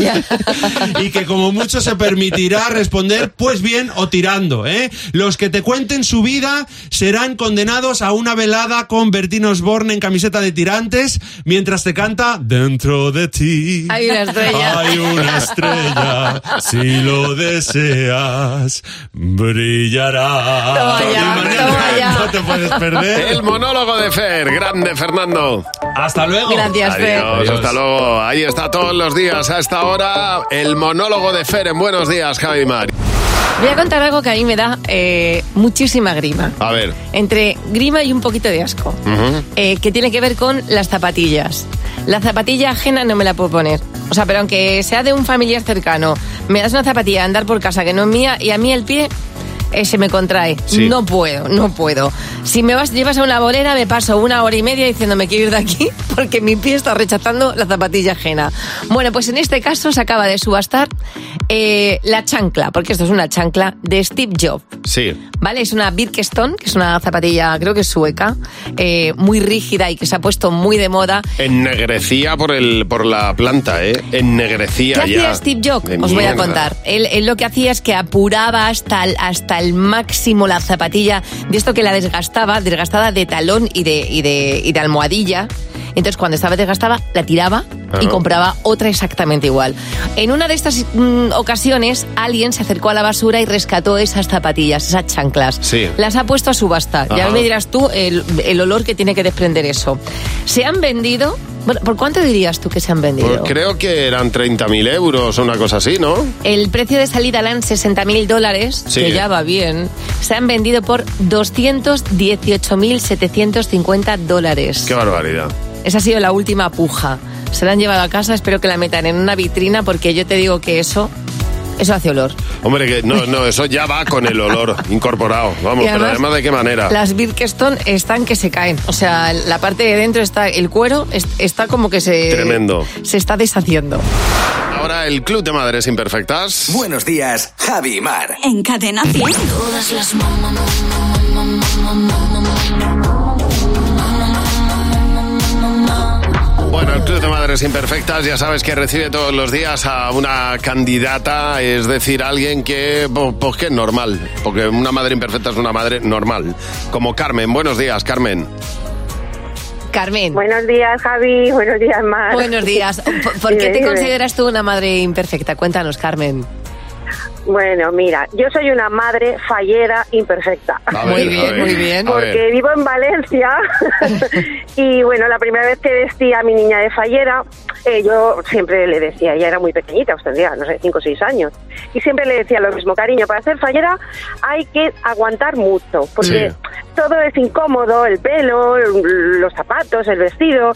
y que como mucho se permitirá responder pues bien o tirando. ¿eh? Los que te cuenten su vida serán condenados a una velada con Bertino Osborne en camiseta de tirantes mientras te canta Dentro de ti Hay una estrella. hay una estrella. Si lo deseas, brillará. Toma ya, Y mañana toma ya. No te puedes perder. El monólogo de Fer, grande Fernando. Hasta luego. Gracias, Fer. Adiós, Adiós. Hasta luego. Ahí está todos los días a esta hora el monólogo de Fer en Buenos Días, Javi Mar. Voy a contar algo que a mí me da eh, muchísima grima. A ver. Entre grima y un poquito de asco. Ujú. eh, que tiene que ver con las zapatillas. La zapatilla ajena no me la puedo poner. O sea, pero aunque sea de un familiar cercano, me das una zapatilla a andar por casa que no es mía y a mí el pie eh, se me contrae. Sí. No puedo, no puedo. Si me vas, llevas a una bolera, me paso una hora y media diciendo me quiero ir de aquí porque mi pie está rechazando la zapatilla ajena. Bueno, pues en este caso se acaba de subastar Eh, la chancla, porque esto es una chancla de Steve Jobs. Sí. ¿Vale? Es una Birkenstone, que es una zapatilla, creo que es sueca, eh, muy rígida y que se ha puesto muy de moda. Ennegrecía por, el, por la planta, ¿eh? Ennegrecía ¿Qué hacía ya. Steve Jobs? De Os voy a mierda. contar. Él, él lo que hacía es que apuraba hasta el, hasta el máximo la zapatilla, de esto que la desgastaba, desgastada de talón y de, y de, y de almohadilla. Entonces, cuando estaba desgastada, la tiraba y Claro. compraba otra exactamente igual. En una de estas mm, ocasiones, alguien se acercó a la basura y rescató esas zapatillas, esas chanclas. Sí. Las ha puesto a subasta. Ya Ajá. me dirás tú el, el olor que tiene que desprender eso. Se han vendido. bueno, ¿Por cuánto dirías tú que se han vendido? Pues creo que eran 30.000 euros o una cosa así, ¿no? El precio de salida eran 60.000 dólares, Sí. que ya va bien. Se han vendido por 218.750 dólares. Qué barbaridad. Esa ha sido la última puja. Se la han llevado a casa, espero que la metan en una vitrina porque yo te digo que eso, eso hace olor. Hombre, que no, no, eso ya va con el olor incorporado. Vamos, Y además, pero además de qué manera. Las Birkenstone están que se caen. O sea, la parte de dentro está, el cuero es- está como que se... Tremendo. Se está deshaciendo. Ahora el Club de Madres Imperfectas. Buenos días, Javi Mar. En cadena 100. Todas las Bueno, el Club de Madres Imperfectas ya sabes que recibe todos los días a una candidata, es decir, alguien que, po- pues que es normal, porque una madre imperfecta es una madre normal, como Carmen. Buenos días, Carmen. Carmen. Buenos días, Javi. Buenos días, Mar. Buenos días. ¿Por, por qué Dime, te dime. consideras tú una madre imperfecta? Cuéntanos, Carmen. Bueno, mira, yo soy una madre fallera imperfecta. A ver, Muy bien, a ver, muy bien. a Porque ver. vivo en Valencia y bueno, la primera vez que vestí a mi niña de fallera, eh, yo siempre le decía, ella era muy pequeñita, pues tendría, no sé, 5 o 6 años, y siempre le decía lo mismo, cariño, para ser fallera hay que aguantar mucho, porque Sí. todo es incómodo, el pelo, los zapatos, el vestido.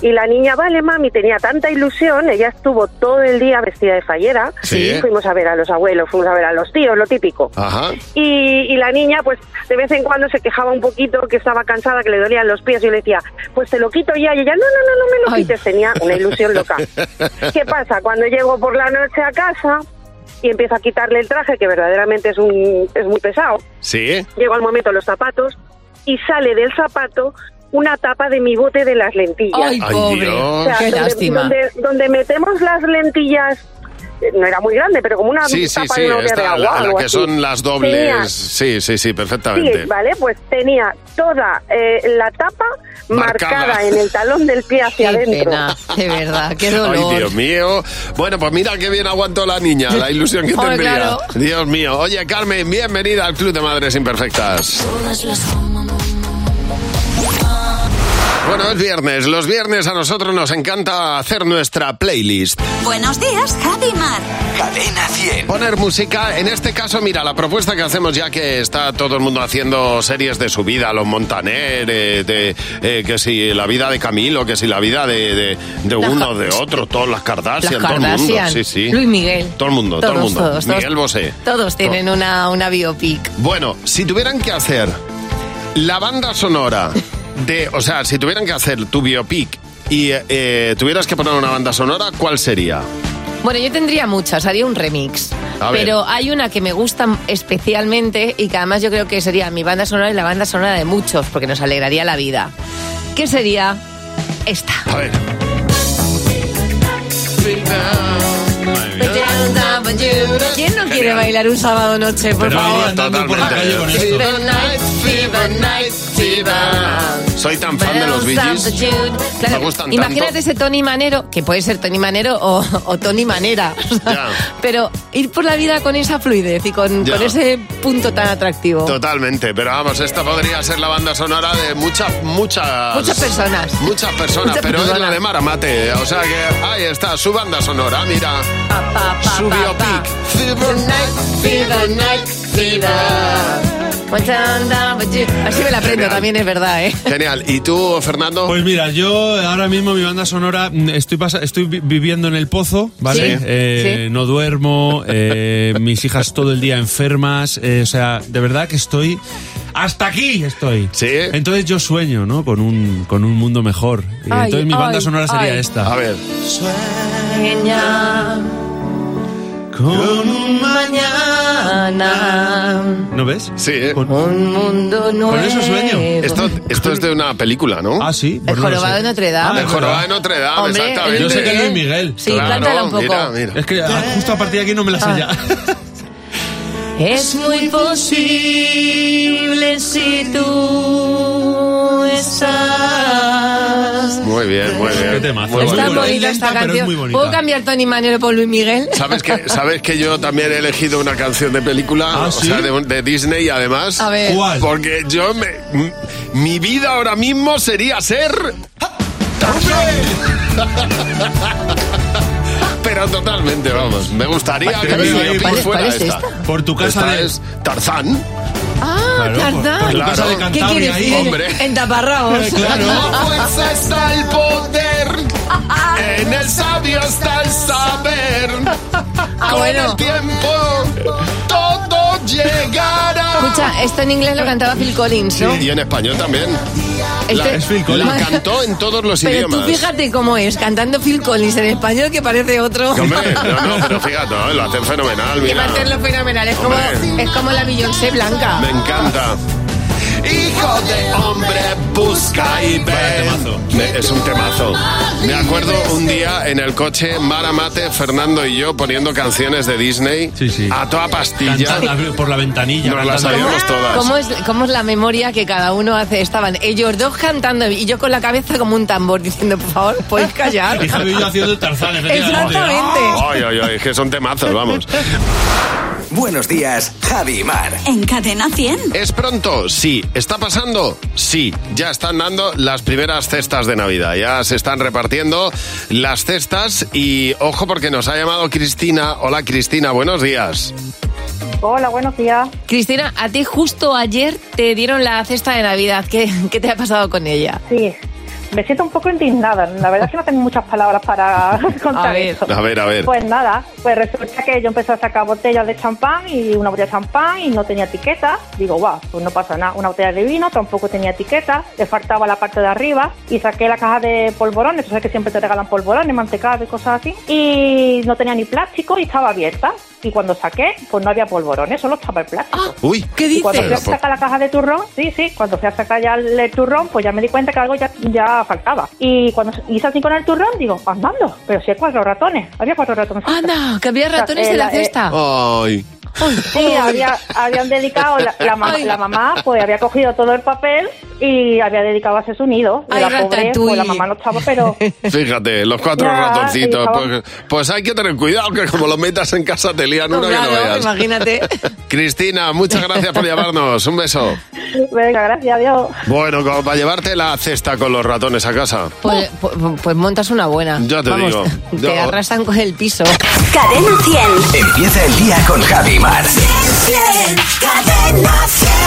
Y la niña, vale, mami, tenía tanta ilusión, ella estuvo todo el día vestida de fallera. Sí. Fuimos a ver a los abuelos, fuimos a ver a los tíos, lo típico. Ajá. Y, y la niña, pues, de vez en cuando se quejaba un poquito, que estaba cansada, que le dolían los pies. Y yo le decía, pues te lo quito ya. Y ella, no, no, no, no me lo quites. Tenía una ilusión loca. ¿Qué pasa? Cuando llego por la noche a casa y empiezo a quitarle el traje, que verdaderamente es, un, es muy pesado, Sí. llego al momento de los zapatos y sale del zapato una tapa de mi bote de las lentillas. Ay, Ay, pobre. Dios. Qué donde, lástima. Donde, donde metemos las lentillas, eh, no era muy grande, pero como una Sí, sí, tapa sí, de una botella de esta, agua, la, la algo que así. son las Tenía- dobles. Sí, sí, sí, perfectamente. Sí, vale, pues tenía toda eh, la tapa Marcada. marcada. en el talón del pie hacia adentro. de verdad, qué Ay, Dios mío. Bueno, pues mira qué bien aguantó la niña, la ilusión que Hombre, tendría. claro. Dios mío. Oye, Carmen, bienvenida al Club de Madres Imperfectas. Bueno, es viernes. Los viernes a nosotros nos encanta hacer nuestra playlist. Buenos días, Javi Mar. Cadena 100. Poner música, en este caso, mira, la propuesta que hacemos ya que está todo el mundo haciendo series de su vida, los Montaner, eh, de, eh, que si la vida de Camilo, que si la vida de, de, de Las uno, Ka- de otro, todas las Las Kardashian, todo el mundo. Kardashian, Sí, sí. Luis Miguel. Todo el mundo, todo el Todos, mundo. todos, todos. Miguel Bosé. Todos tienen una, una biopic. Bueno, si tuvieran que hacer la banda sonora de. O sea, si tuvieran que hacer tu biopic y eh, eh, tuvieras que poner una banda sonora, ¿cuál sería? Bueno, yo tendría muchas, haría un remix. A ver. Pero hay una que me gusta especialmente y que además yo creo que sería mi banda sonora y la banda sonora de muchos, porque nos alegraría la vida. ¿Qué sería esta? A ver. ¿Quién no quiere bailar un sábado noche, por favor? Soy tan fan de los Bee Gees. Claro, Me gustan imagínate tanto. ese Tony Manero, que puede ser Tony Manero o, o Tony Manera, o sea, Ya. pero ir por la vida con esa fluidez y con, Ya. con ese punto tan atractivo. Totalmente, pero vamos, esta podría ser la banda sonora de muchas, muchas... Muchas personas. Muchas personas, Muchas pero es la personas. de Maramate. O sea que ahí está, su banda sonora, mira. Su biopic. Así me la aprendo Genial. también, es verdad, ¿eh? Genial. ¿Y tú, Fernando? Pues mira, yo ahora mismo mi banda sonora mm, estoy pasa- estoy vi- viviendo en el pozo, ¿vale? Sí, Eh, No duermo, eh, mis hijas todo el día enfermas, eh, o sea, de verdad que estoy hasta aquí estoy. Sí. Entonces yo sueño, ¿no? Con un con un mundo mejor. Y Ay, entonces mi banda ay, sonora sería ay. esta. A ver. Genial. Con- mañana. ¿No ves? Sí, ¿eh? Un mundo nuevo. Con eso sueño. Esto, esto es de una película, ¿no? Ah, sí. El jorobado de Notre Dame. El jorobado de Notre Dame, Hombre, exactamente. Yo sé que es Luis Miguel. Sí, cántala un poco. Es que ah, justo a partir de aquí no me la sé ya. Ah. Es muy posible si tú estás. Muy bien, muy bien. Muy Ah, Está bonito. bonita esta canción. ¿Puedo cambiar Tony Manero por Luis Miguel? ¿Sabes que, ¿Sabes que yo también he elegido una canción de película? Ah, O sea, de, de Disney, además. A ver. ¿Cuál? Porque yo me... m- Mi vida ahora mismo sería ser... Pero totalmente, vamos. Me gustaría Pa- que pero mi sí, biopic ¿cuál es- fuera cuál es esta. esta? Por tu casa Esta de- es Tarzán. Ah, Claro, por- Tarzán. por la casa de ¿Qué Cantabria quieres ahí. decir? Hombre. En taparrabos. Claro. La fuerza está el poder. En el sabio está el saber. Con Ah, bueno. el tiempo todo llegará. Escucha, esto en inglés lo cantaba Phil Collins, ¿no? Y en español también. Este- La, la cantó en todos los Pero idiomas. tú fíjate cómo es, cantando Phil Collins en español que parece otro. Que, hombre, no, no, pero fíjate, no, lo hacen fenomenal, Y va mira. a hacerlo fenomenal. Es como, Hombre. es como la Beyoncé blanca. Me encanta. Hijo de hombre, busca y ve. Me- Es un temazo. Me acuerdo un día en el coche, Mara Mate, Fernando y yo poniendo canciones de Disney a toda pastilla. Cantada por la ventanilla. Nos las cantando. sabíamos todas. ¿Cómo es, ¿Cómo es la memoria que cada uno hace? Estaban ellos dos cantando y yo con la cabeza como un tambor diciendo, por favor, podéis callar. Y Javi y yo haciendo el Tarzán, efectivamente. Exactamente. Ay, ay, ay, es que son temazos, vamos. Buenos días, Javi y Mar. En Cadena 100. ¿Es pronto? Sí. ¿Está pasando? Sí. Ya están dando las primeras cestas de Navidad. Ya se están repartiendo las cestas y ojo porque nos ha llamado Cristina. Hola Cristina, buenos días. Hola, buenos días. Cristina, a ti justo ayer te dieron la cesta de Navidad. ¿Qué, qué te ha pasado con ella? Sí, me siento un poco indignada. La verdad es que no tengo muchas palabras para contar ver. eso. A ver, a ver. Pues nada, pues resulta que yo empecé a sacar botellas de champán y una botella de champán y no tenía etiqueta. Digo, guau, pues no pasa nada. Una botella de vino tampoco tenía etiqueta, le faltaba la parte de arriba y saqué la caja de polvorones. O sea que siempre te regalan polvorones, mantecados y cosas así. Y no tenía ni plástico y estaba abierta. Y cuando saqué, pues no había polvorones, solo estaba el plástico. Uy, Y Cuando fui a sacar la caja de turrón, sí, sí, cuando fui a sacar ya el el turrón, pues ya me di cuenta que algo ya, ya faltaba. Y cuando hice así con el turrón, digo, andando, pero si hay cuatro ratones, había cuatro ratones. eh, Anda, que había ratones de la cesta. Ay. Sí, había, habían dedicado, la, la mam- Ay. la mamá pues había cogido todo el papel y había dedicado a hacer su nido. Y Ay, la pobre, Ratatouille. pues la mamá no estaba, pero Fíjate, los cuatro Ya, ratoncitos. hijo. Pues, pues hay que tener cuidado que como lo metas en casa te lían uno que no veas. imagínate. Cristina, muchas gracias por llamarnos. Un beso. venga, gracias a Dios. Bueno, como para llevarte la cesta con los ratones a casa. Pues, pues- pues montas una buena. Ya te Vamos, digo. Te Yo- arrasan con el piso. Cadena 100. Empieza el día con Javi y Mar. Cadena 100.